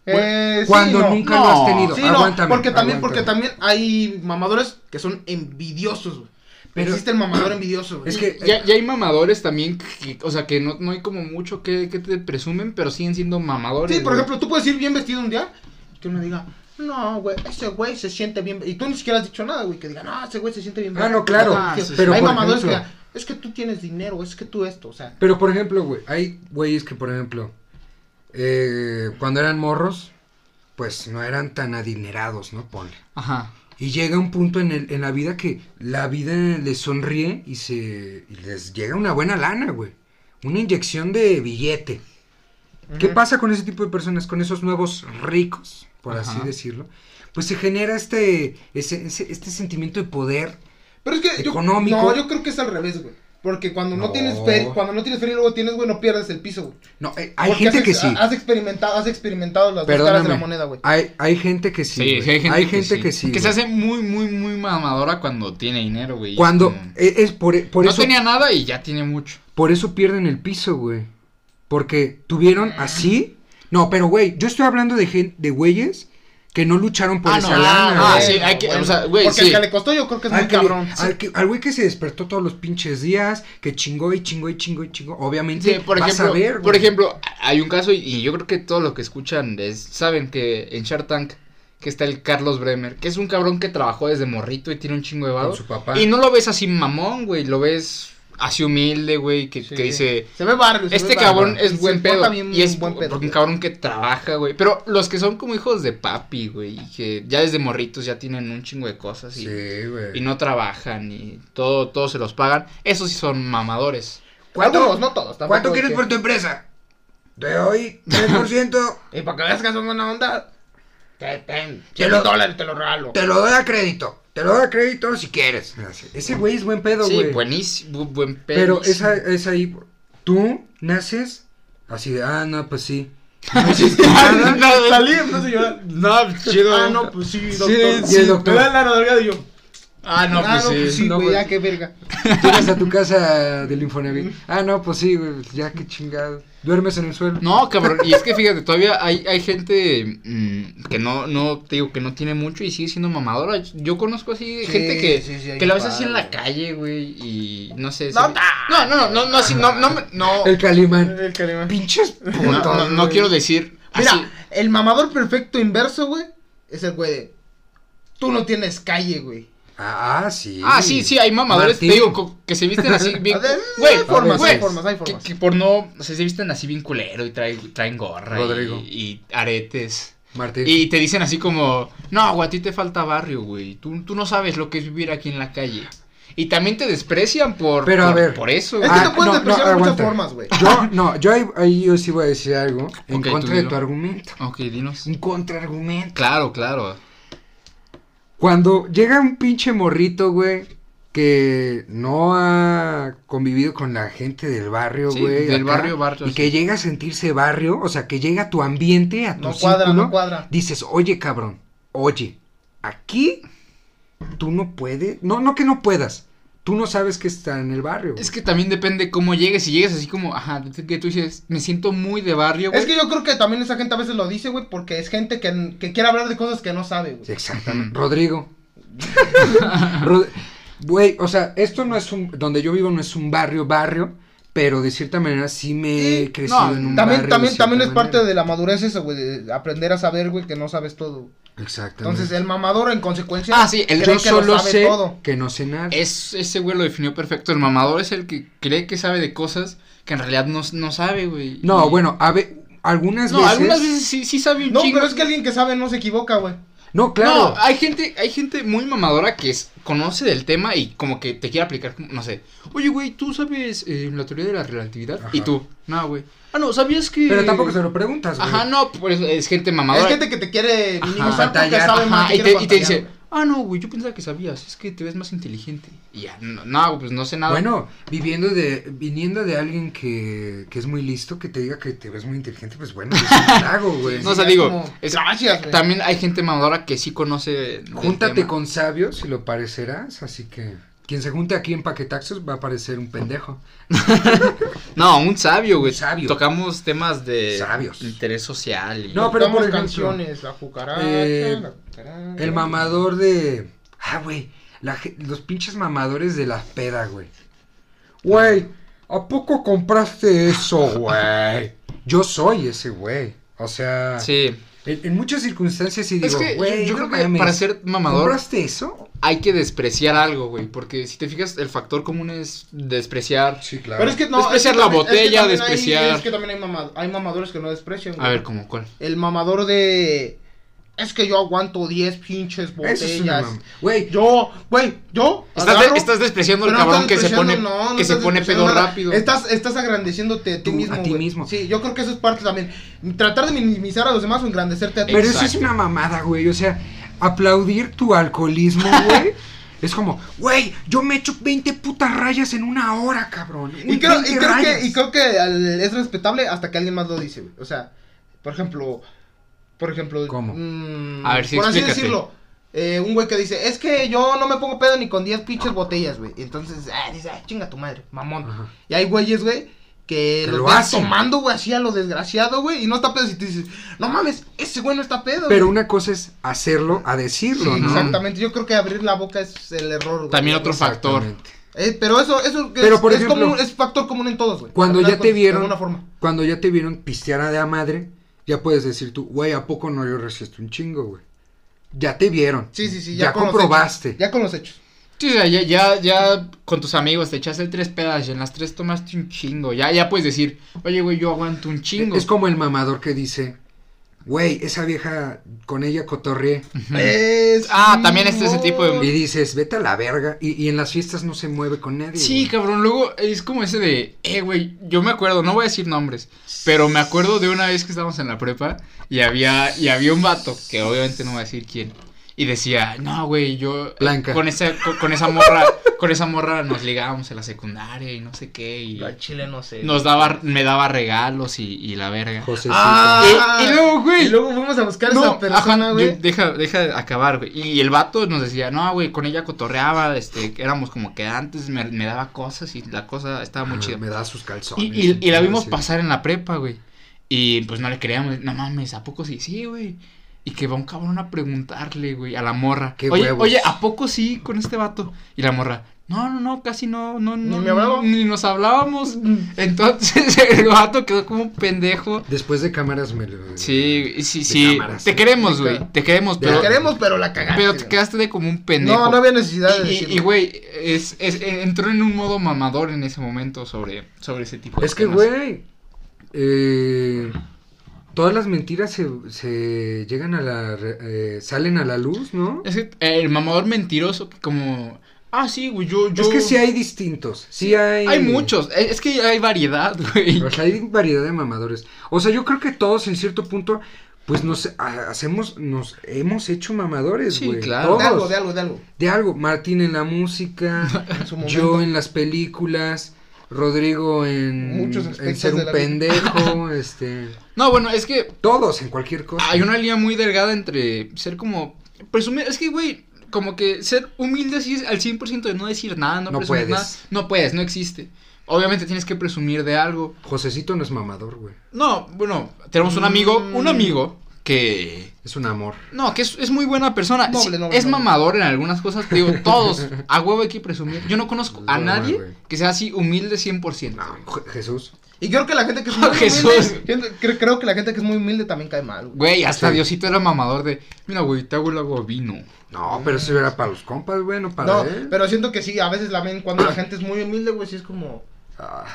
Speaker 3: Eh, sí,
Speaker 2: cuando
Speaker 3: no.
Speaker 2: nunca
Speaker 1: No.
Speaker 2: lo has tenido.
Speaker 3: Sí,
Speaker 2: aguántame,
Speaker 3: no, porque también,
Speaker 2: aguántame.
Speaker 3: porque también hay mamadores que son envidiosos, güey.
Speaker 2: Pero-
Speaker 3: Existe el mamador envidioso, güey.
Speaker 2: Es que
Speaker 1: Ya, ya hay mamadores también, que- o sea, que no, no hay como mucho que, que te presumen, pero siguen siendo mamadores.
Speaker 3: Sí, por
Speaker 1: güey.
Speaker 3: ejemplo, tú puedes ir bien vestido un día y que uno diga, no, güey, ese güey se siente bien. Y tú ni siquiera has dicho nada, güey, que diga, no, ese güey se siente bien.
Speaker 2: Ah,
Speaker 3: verga".
Speaker 2: no, claro,
Speaker 3: Ah,
Speaker 1: sí,
Speaker 3: sí,
Speaker 1: pero
Speaker 3: hay
Speaker 2: por
Speaker 3: mamadores que
Speaker 2: ejemplo-
Speaker 3: digan, es que tú tienes dinero, es que tú esto, o sea.
Speaker 2: Pero por ejemplo, güey, hay güeyes que, por ejemplo, eh, cuando eran morros, pues no eran tan adinerados, ¿no? Ponle.
Speaker 1: Ajá.
Speaker 2: Y llega un punto en, el, en la vida que la vida les sonríe y, se, y les llega una buena lana, güey. Una inyección de billete. ¿Qué
Speaker 3: Ujú.
Speaker 2: pasa con ese tipo de personas, con esos nuevos ricos, por así
Speaker 1: Ajá.
Speaker 2: decirlo? Pues se genera este, ese- ese- este sentimiento de poder.
Speaker 3: Pero es que yo,
Speaker 2: Económico.
Speaker 3: no, yo creo que es al revés, güey. Porque cuando no,
Speaker 2: No.
Speaker 3: tienes feria, cuando no tienes feria y luego tienes, güey, no pierdes el piso, güey.
Speaker 2: No, eh, hay
Speaker 3: Porque
Speaker 2: gente
Speaker 3: has
Speaker 2: que
Speaker 3: ex-
Speaker 2: sí.
Speaker 3: Has experimentado, has experimentado las dos caras de
Speaker 2: Perdóname.
Speaker 3: la moneda, güey.
Speaker 2: Hay, hay gente que sí.
Speaker 1: Sí,
Speaker 2: güey.
Speaker 1: sí, hay gente, que, sí.
Speaker 2: que sí.
Speaker 1: Que se
Speaker 2: güey.
Speaker 1: hace muy, muy, muy mamadora cuando tiene dinero, güey.
Speaker 2: Cuando
Speaker 1: Como-
Speaker 2: eh, es por, por
Speaker 1: no
Speaker 2: eso
Speaker 1: tenía nada y ya tiene mucho. Ah.
Speaker 2: por eso pierden el piso, güey. Porque tuvieron así No, pero güey, yo estoy hablando de gen- de güeyes que no lucharon por
Speaker 1: Ah,
Speaker 2: esa
Speaker 1: no,
Speaker 2: lana.
Speaker 1: ah,
Speaker 2: güey.
Speaker 1: sí, hay que- o sea, güey,
Speaker 3: Porque
Speaker 1: sí.
Speaker 3: el que le costó yo creo que es
Speaker 2: Al
Speaker 3: muy
Speaker 2: que le-
Speaker 3: cabrón. Sí.
Speaker 2: al que- al güey que se despertó todos los pinches días, que chingó y chingó y chingó y chingó. Obviamente,
Speaker 1: Sí, por
Speaker 2: vas
Speaker 1: ejemplo,
Speaker 2: a ver,
Speaker 1: por
Speaker 2: güey.
Speaker 1: ejemplo, hay un caso y- y yo creo que todos los que escuchan es- saben que en Shark Tank que está el Carlos Bremer, que es un cabrón que trabajó desde morrito y tiene un chingo de varo.
Speaker 2: Con su papá.
Speaker 1: Y no lo ves así mamón, güey, lo ves así humilde, güey, que,
Speaker 3: Sí.
Speaker 1: que dice,
Speaker 3: Se ve barrio. se ve
Speaker 1: este
Speaker 3: barrio.
Speaker 1: cabrón
Speaker 3: Y
Speaker 1: es
Speaker 3: se
Speaker 1: buen
Speaker 3: porta
Speaker 1: pedo.
Speaker 3: bien
Speaker 1: Y es
Speaker 3: buen pedo.
Speaker 1: porque un cabrón que trabaja, güey. Pero los que son como hijos de papi, güey, y que ya desde morritos ya tienen un chingo de cosas y,
Speaker 2: Sí, güey.
Speaker 1: y no trabajan y todo, todo se los pagan, esos sí son mamadores.
Speaker 3: Algunos, no todos. tampoco
Speaker 2: ¿Cuánto
Speaker 3: es
Speaker 2: quieres
Speaker 3: que-
Speaker 2: por tu empresa? Te doy 3%,
Speaker 3: Y para que veas que son una onda. Te, ten,
Speaker 2: Te
Speaker 3: 100
Speaker 2: lo-
Speaker 3: dólares te lo regalo.
Speaker 2: te lo doy a crédito. Te lo doy a crédito si quieres. Ese güey es buen pedo,
Speaker 1: sí, pues,
Speaker 2: güey.
Speaker 1: buenísimo, bu- buen pedo.
Speaker 2: Pero es, a- es ahí. Tú naces así de, ah, no, pues sí. No hiciste
Speaker 3: Ah,
Speaker 2: nada.
Speaker 1: no,
Speaker 3: Salí, entonces yo.
Speaker 1: No, chido.
Speaker 3: Ah, no, pues sí, doctor.
Speaker 2: sí,
Speaker 3: Me
Speaker 2: doctor.
Speaker 3: da la nalgada y yo.
Speaker 1: Ah, no,
Speaker 3: ah, no, pues sí,
Speaker 2: No,
Speaker 3: güey,
Speaker 2: pues-
Speaker 3: ya qué verga.
Speaker 2: Llegas a tu casa del Infonavit. Ah, no, pues sí, güey. Ya qué chingado. Duermes en el suelo.
Speaker 1: No, cabrón, y es que fíjate, todavía hay, hay gente mm, que no, no, te digo, que no tiene mucho y sigue siendo mamadora. Yo conozco así
Speaker 3: Sí,
Speaker 1: gente que,
Speaker 3: sí, sí, hay
Speaker 1: que la ves
Speaker 3: padre.
Speaker 1: así en la calle, güey, y no sé.
Speaker 3: No,
Speaker 1: se- no, no, no, no, así, no, no, me- Ah, no,
Speaker 2: El Calimán.
Speaker 3: El calimán.
Speaker 2: Pinches
Speaker 1: no, no,
Speaker 2: putos.
Speaker 1: no, no
Speaker 2: güey.
Speaker 1: quiero decir
Speaker 3: Mira,
Speaker 1: así.
Speaker 3: el mamador perfecto inverso, güey, es el güey de. Tú no tienes calle, güey.
Speaker 2: Ah, sí.
Speaker 1: Ah, sí, sí, hay mamadores,
Speaker 2: Martín.
Speaker 1: te digo, co- que se visten así bien.
Speaker 3: A ver,
Speaker 1: Güey,
Speaker 3: hay formas,
Speaker 1: güey,
Speaker 3: hay formas, hay formas.
Speaker 1: Que, que por no, o sea, se visten así bien culero y traen, traen gorra y-
Speaker 2: Rodrigo.
Speaker 1: y aretes.
Speaker 2: Martín.
Speaker 1: Y te dicen así como, no, güey, a ti te falta barrio, güey. Tú, tú no sabes lo que es vivir aquí en la calle. Y también te desprecian por,
Speaker 2: Pero, a
Speaker 1: por,
Speaker 2: ver.
Speaker 1: por eso,
Speaker 3: Es que
Speaker 1: güey.
Speaker 2: Ah,
Speaker 3: te puedes
Speaker 2: no,
Speaker 3: despreciar
Speaker 2: no,
Speaker 3: de muchas
Speaker 2: aguanta.
Speaker 3: formas, güey.
Speaker 2: Yo, no, yo ahí, ahí yo sí voy a decir algo en
Speaker 1: Ok, tú
Speaker 2: contra de
Speaker 1: dilo.
Speaker 2: tu argumento.
Speaker 1: Ok, dinos.
Speaker 2: Un contraargumento.
Speaker 1: Claro, claro.
Speaker 2: Cuando llega un pinche morrito, güey, que no ha convivido con la gente del barrio,
Speaker 1: Sí,
Speaker 2: güey.
Speaker 1: del barrio, barrio,
Speaker 2: Y
Speaker 1: sí.
Speaker 2: que llega a sentirse barrio, o sea, que llega a tu ambiente, a tu
Speaker 3: No cuadra,
Speaker 2: círculo,
Speaker 3: no cuadra.
Speaker 2: Dices, oye, cabrón, oye, aquí tú no puedes, no, no que no puedas, tú no sabes que está en el barrio. güey.
Speaker 1: Es que también depende cómo llegues. Si llegues así como, ajá, que tú dices, me siento muy de barrio, güey.
Speaker 3: Es que yo creo que también esa gente a veces lo dice, güey, porque es gente que, que quiere hablar de cosas que no sabe, güey.
Speaker 2: Sí, Exactamente. Rodrigo. Rod- Güey, o sea, esto no es un. Donde yo vivo no es un barrio, barrio. Pero de cierta manera sí me he
Speaker 3: Sí,
Speaker 2: crecido
Speaker 1: no,
Speaker 2: en un barrio.
Speaker 3: También,
Speaker 2: de
Speaker 3: también,
Speaker 2: cierta
Speaker 3: también es parte
Speaker 2: manera.
Speaker 3: de la madurez eso, güey, de aprender a saber, güey, que no sabes todo.
Speaker 2: Exactamente.
Speaker 3: Entonces, el mamador, en consecuencia,
Speaker 1: Ah, sí, el-
Speaker 3: cree
Speaker 2: yo
Speaker 3: que lo
Speaker 2: solo
Speaker 3: sabe
Speaker 2: sé
Speaker 3: todo.
Speaker 2: que no sé nada.
Speaker 1: Es, ese güey lo definió perfecto. El mamador es el que cree que sabe de cosas que en realidad no, no sabe, güey.
Speaker 2: No,
Speaker 1: Y-
Speaker 2: bueno, a ve- algunas
Speaker 1: No,
Speaker 2: veces.
Speaker 1: algunas veces sí, sí sabe un
Speaker 3: No,
Speaker 1: chingo.
Speaker 3: pero es que alguien que sabe no se equivoca, güey.
Speaker 2: No, claro.
Speaker 3: ah,
Speaker 1: No, hay gente, hay gente muy mamadora que es- conoce del tema y como que te quiere aplicar, como, no sé. Oye, güey, ¿tú sabes eh, la teoría de la relatividad?
Speaker 2: Ajá.
Speaker 1: Y tú, no, güey. Ah, no, ¿sabías que...?
Speaker 2: pero tampoco se lo preguntas, güey.
Speaker 1: Ajá, no, por eso es gente mamadora.
Speaker 3: Es gente que te quiere minimizar porque
Speaker 2: Pantallar,
Speaker 3: sabe
Speaker 1: Ajá,
Speaker 3: más.
Speaker 1: y, te,
Speaker 3: quiere
Speaker 1: y te
Speaker 3: pantallar,
Speaker 1: dice,
Speaker 3: güey.
Speaker 1: ah, no, güey, yo pensaba que sabías, es que te ves más inteligente. Y ya, no, no, pues no sé nada.
Speaker 2: Bueno, viviendo de, viniendo de alguien que, que es muy listo, que te diga que te ves muy inteligente, pues bueno, yo sí lo hago, güey.
Speaker 1: no, o sea,
Speaker 3: ya es
Speaker 1: digo,
Speaker 3: como,
Speaker 1: es-
Speaker 3: "Gracias, güey".
Speaker 1: también hay gente mamadora que sí conoce del
Speaker 2: Júntate
Speaker 1: tema.
Speaker 2: con sabios y lo parecerás, así que quien se junte aquí en Paquetaxos va a parecer un pendejo.
Speaker 1: No, un sabio, güey.
Speaker 2: Un sabio.
Speaker 1: Tocamos temas de...
Speaker 2: Sabios.
Speaker 1: Interés social y...
Speaker 2: No, pero
Speaker 3: Cantamos
Speaker 2: por ejemplo,
Speaker 3: canciones, la cucaracha,
Speaker 2: eh,
Speaker 3: la cucaracha.
Speaker 2: El mamador de... Ah, güey, la ge- los pinches mamadores de la peda, güey. Güey, ¿a poco compraste eso, güey? Yo soy ese güey. O sea,
Speaker 1: Sí.
Speaker 2: en, en muchas circunstancias sí
Speaker 1: Es
Speaker 2: digo,
Speaker 1: que yo-
Speaker 2: güey,
Speaker 1: yo
Speaker 2: no
Speaker 1: creo que
Speaker 2: mames,
Speaker 1: para ser mamador
Speaker 2: ¿Compraste eso?
Speaker 1: hay que despreciar algo, güey. Porque si te fijas, el factor común es despreciar.
Speaker 2: Sí, claro.
Speaker 3: Pero es que no.
Speaker 1: Despreciar
Speaker 3: es
Speaker 1: la
Speaker 3: que también- es que
Speaker 1: botella,
Speaker 3: también hay-
Speaker 1: despreciar-
Speaker 3: es que también hay, mama- hay mamadores que no desprecian. güey.
Speaker 1: A ver, ¿cómo cuál?
Speaker 3: El mamador de. Es que yo aguanto 10 pinches botellas.
Speaker 2: Eso es una mam- Güey,
Speaker 3: Yo, güey, yo.
Speaker 1: Estás,
Speaker 3: agarro-
Speaker 1: de- estás despreciando
Speaker 3: pero
Speaker 1: al
Speaker 3: no
Speaker 1: cabrón
Speaker 3: estás
Speaker 1: que se pone,
Speaker 3: despreciando, no, no
Speaker 1: que se
Speaker 3: estás
Speaker 1: pone
Speaker 3: despreciando
Speaker 1: pedo
Speaker 3: nada.
Speaker 1: rápiéndolo.
Speaker 3: Estás, estás agrandeciéndote a ti
Speaker 2: Tú,
Speaker 3: mismo.
Speaker 2: a ti
Speaker 3: güey.
Speaker 2: mismo.
Speaker 3: Sí, yo creo que eso es parte también. Tratar de minimizar a los demás o engrandecerte a ti.
Speaker 2: Pero
Speaker 1: Exacto.
Speaker 2: eso es una mamada, güey. O sea, aplaudir tu alcoholismo, güey. es como, güey, yo me echo 20 putas rayas en una hora, cabrón.
Speaker 3: Y
Speaker 2: Uy,
Speaker 3: creo, y
Speaker 2: 20
Speaker 3: creo
Speaker 2: rayas.
Speaker 3: que, y creo que al- es respetable hasta que alguien más lo dice, güey. O sea, por ejemplo, por ejemplo,
Speaker 2: ¿Cómo?
Speaker 3: mm,
Speaker 1: A ver, sí,
Speaker 3: por así
Speaker 1: explícate.
Speaker 3: decirlo, eh, un güey que dice, es que yo no me pongo pedo ni con 10 pinches botellas, güey. Y entonces, ah, dice, ah, chinga tu madre, mamón.
Speaker 2: Ajá.
Speaker 3: Y hay güeyes, güey, que,
Speaker 2: Que
Speaker 3: los
Speaker 2: lo
Speaker 3: ves
Speaker 2: hacen.
Speaker 3: tomando, güey, así a lo desgraciado, güey, y no está pedo. Y tú dices, no mames, ese güey no está pedo.
Speaker 2: Pero
Speaker 3: güey".
Speaker 2: una cosa es hacerlo a decirlo,
Speaker 3: Sí,
Speaker 2: ¿no?
Speaker 3: Exactamente, yo creo que abrir la boca es el error, güey.
Speaker 1: También otro factor.
Speaker 2: Exactamente.
Speaker 3: Eh, pero eso, eso que
Speaker 2: Pero,
Speaker 3: es,
Speaker 2: por
Speaker 3: es
Speaker 2: ejemplo,
Speaker 3: común- es factor común en todos, güey.
Speaker 2: Cuando
Speaker 3: Al final
Speaker 2: ya
Speaker 3: de
Speaker 2: te
Speaker 3: cuentas,
Speaker 2: vieron-
Speaker 3: De alguna forma.
Speaker 2: Cuando ya te vieron pistear de a madre, ya puedes decir tú, güey, ¿a poco no yo resisto un chingo, güey? Ya te vieron.
Speaker 3: Sí, sí, sí.
Speaker 2: Ya,
Speaker 3: con los
Speaker 2: comprobaste.
Speaker 3: hechos, ya con los hechos.
Speaker 1: Sí, o sea, ya, ya, ya con tus amigos te echaste tres pedas y en las tres tomaste un chingo. Ya, ya puedes decir, oye, güey, yo aguanto un chingo.
Speaker 2: Es como el mamador que dice, güey, esa vieja con ella cotorrié.
Speaker 3: Es-
Speaker 1: Ah, también este es el tipo de-
Speaker 2: Y dices, vete a la verga. Y, y en las fiestas no se mueve con nadie.
Speaker 1: Sí,
Speaker 2: güey.
Speaker 1: cabrón, luego es como ese de, eh, güey, yo me acuerdo, no voy a decir nombres, pero me acuerdo de una vez que estábamos en la prepa y había, y había un vato, que obviamente no voy a decir quién, y decía, no, güey, yo eh,
Speaker 2: Blanca.
Speaker 1: con esa, con, con esa morra, con esa morra nos ligábamos en la secundaria y no sé qué, y
Speaker 3: Al chile no sé.
Speaker 1: nos daba, me daba regalos y, y la verga.
Speaker 2: Josecito.
Speaker 3: Ah,
Speaker 1: Y- y luego, güey.
Speaker 3: Y luego fuimos a buscar a esa
Speaker 1: No,
Speaker 3: persona,
Speaker 1: ajá,
Speaker 3: güey.
Speaker 1: de- deja, deja de acabar, güey. Y el vato nos decía, no, güey, con ella cotorreaba, este, éramos como que antes me, me daba cosas y la cosa estaba muy
Speaker 2: Ah,
Speaker 1: chida.
Speaker 2: Me da sus calzones.
Speaker 1: Y, y- y la vimos
Speaker 2: Sí.
Speaker 1: pasar en la prepa, güey. Y pues no le creíamos, no mames, ¿a poco sí? Sí, güey. Y que va un cabrón a preguntarle, güey, a la morra.
Speaker 2: Qué
Speaker 1: oye,
Speaker 2: huevos.
Speaker 1: oye, ¿a poco sí con este vato? Y la morra, no, no, no, casi no, no, no.
Speaker 3: me hablaba.
Speaker 1: Ni nos hablábamos. Entonces el vato quedó como un pendejo.
Speaker 2: Después de cámaras me lo...
Speaker 1: Sí, y sí,
Speaker 2: De
Speaker 1: sí.
Speaker 2: cámaras, ¿eh?
Speaker 1: te
Speaker 2: ¿no?
Speaker 1: queremos,
Speaker 3: Sí,
Speaker 1: güey.
Speaker 3: claro.
Speaker 1: Te queremos,
Speaker 2: Te
Speaker 1: pero.
Speaker 3: Te queremos, pero la cagaste.
Speaker 1: Pero te
Speaker 3: güey.
Speaker 1: quedaste de como un pendejo.
Speaker 3: No, no había necesidad de
Speaker 1: Y-
Speaker 3: decirlo.
Speaker 1: Y, y, güey, es, es- entró en un modo mamador en ese momento sobre, sobre ese tipo de
Speaker 2: Es que,
Speaker 1: temas.
Speaker 2: güey, eh, todas las mentiras se, se llegan a la... re- eh, salen a la luz, ¿no?
Speaker 1: Es que eh, el mamador mentiroso que como... Ah, sí, güey, yo, yo...
Speaker 2: Es que sí hay distintos, sí hay...
Speaker 1: Hay muchos. eh, Es que hay variedad, güey.
Speaker 2: O sea, hay variedad de mamadores. O sea, yo creo que todos en cierto punto, pues nos ha- hacemos, nos hemos hecho mamadores,
Speaker 1: Sí,
Speaker 2: güey.
Speaker 1: claro.
Speaker 2: todos.
Speaker 3: De algo, de algo, de algo.
Speaker 2: De algo. Martín en la música,
Speaker 3: En su momento.
Speaker 2: yo en las películas, Rodrigo en,
Speaker 3: Muchos
Speaker 2: en
Speaker 3: aspectos
Speaker 2: ser
Speaker 3: de
Speaker 2: un
Speaker 3: la vida.
Speaker 2: pendejo, este...
Speaker 1: No, bueno, es que
Speaker 2: Todos en cualquier cosa.
Speaker 1: hay una línea muy delgada entre ser como... Presumir... Es que, güey, como que ser humilde así es al 100% de no decir nada, no,
Speaker 2: No
Speaker 1: presumir
Speaker 2: puedes.
Speaker 1: nada. No puedes, no existe. Obviamente tienes que presumir de algo.
Speaker 2: Josecito no es mamador, güey.
Speaker 1: No, bueno, tenemos un amigo, un
Speaker 3: Mm.
Speaker 1: amigo que...
Speaker 2: Es un amor.
Speaker 1: No, que es, es muy buena persona.
Speaker 3: Noble,
Speaker 1: Sí,
Speaker 3: noble,
Speaker 1: es
Speaker 3: noble.
Speaker 1: mamador en algunas cosas. Digo, todos. A huevo hay que presumir. Yo no conozco a
Speaker 2: No,
Speaker 1: nadie
Speaker 2: güey.
Speaker 1: que sea así humilde 100%.
Speaker 2: No,
Speaker 1: güey.
Speaker 2: Je- Jesús.
Speaker 3: Y creo que la gente que es muy
Speaker 1: Jesús.
Speaker 3: humilde. gente- cre- Creo que la gente que es muy humilde también cae mal, güey.
Speaker 1: Güey, hasta
Speaker 2: Sí.
Speaker 1: Diosito era mamador de. Mira, güey, te hago el agua vino.
Speaker 2: No, pero eso era para los compas, güey, no para
Speaker 3: Mm. No,
Speaker 2: él.
Speaker 3: pero siento que sí, a veces la ven cuando la gente es muy humilde, güey, sí es como.
Speaker 2: Ah.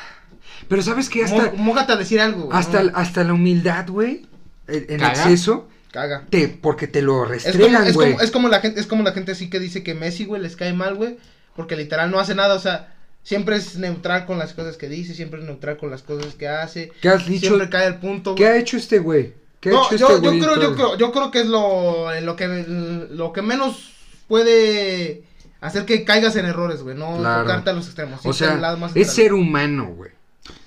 Speaker 2: Pero sabes que
Speaker 3: "Mó-
Speaker 2: hasta,
Speaker 3: Mójate a decir algo, güey.
Speaker 2: hasta,
Speaker 3: ¿no?
Speaker 2: hasta la humildad, güey, en en
Speaker 1: Caga.
Speaker 2: exceso,
Speaker 3: Caga.
Speaker 2: te, porque te lo
Speaker 3: Es como,
Speaker 2: restregan,
Speaker 3: es,
Speaker 2: güey.
Speaker 3: como, es como la gente, es como la gente sí que dice que Messi, güey, les cae mal, güey, porque literal no hace nada, o sea, siempre es neutral con las cosas que dice, siempre es neutral con las cosas que hace,
Speaker 2: ¿Qué has dicho?
Speaker 3: siempre cae al punto,
Speaker 2: ¿Qué
Speaker 3: güey.
Speaker 2: ha hecho este güey? ¿Qué ha
Speaker 3: No,
Speaker 2: hecho
Speaker 3: yo,
Speaker 2: este
Speaker 3: yo
Speaker 2: güey?
Speaker 3: creo, yo
Speaker 2: entonces?
Speaker 3: creo, yo creo que es lo, eh, lo que lo que menos puede hacer que caigas en errores, güey, no
Speaker 2: Claro.
Speaker 3: tocarte a los extremos,
Speaker 2: O
Speaker 3: sí, ser el lado
Speaker 2: sea,
Speaker 3: más
Speaker 2: es
Speaker 3: neutral.
Speaker 2: ser humano, güey.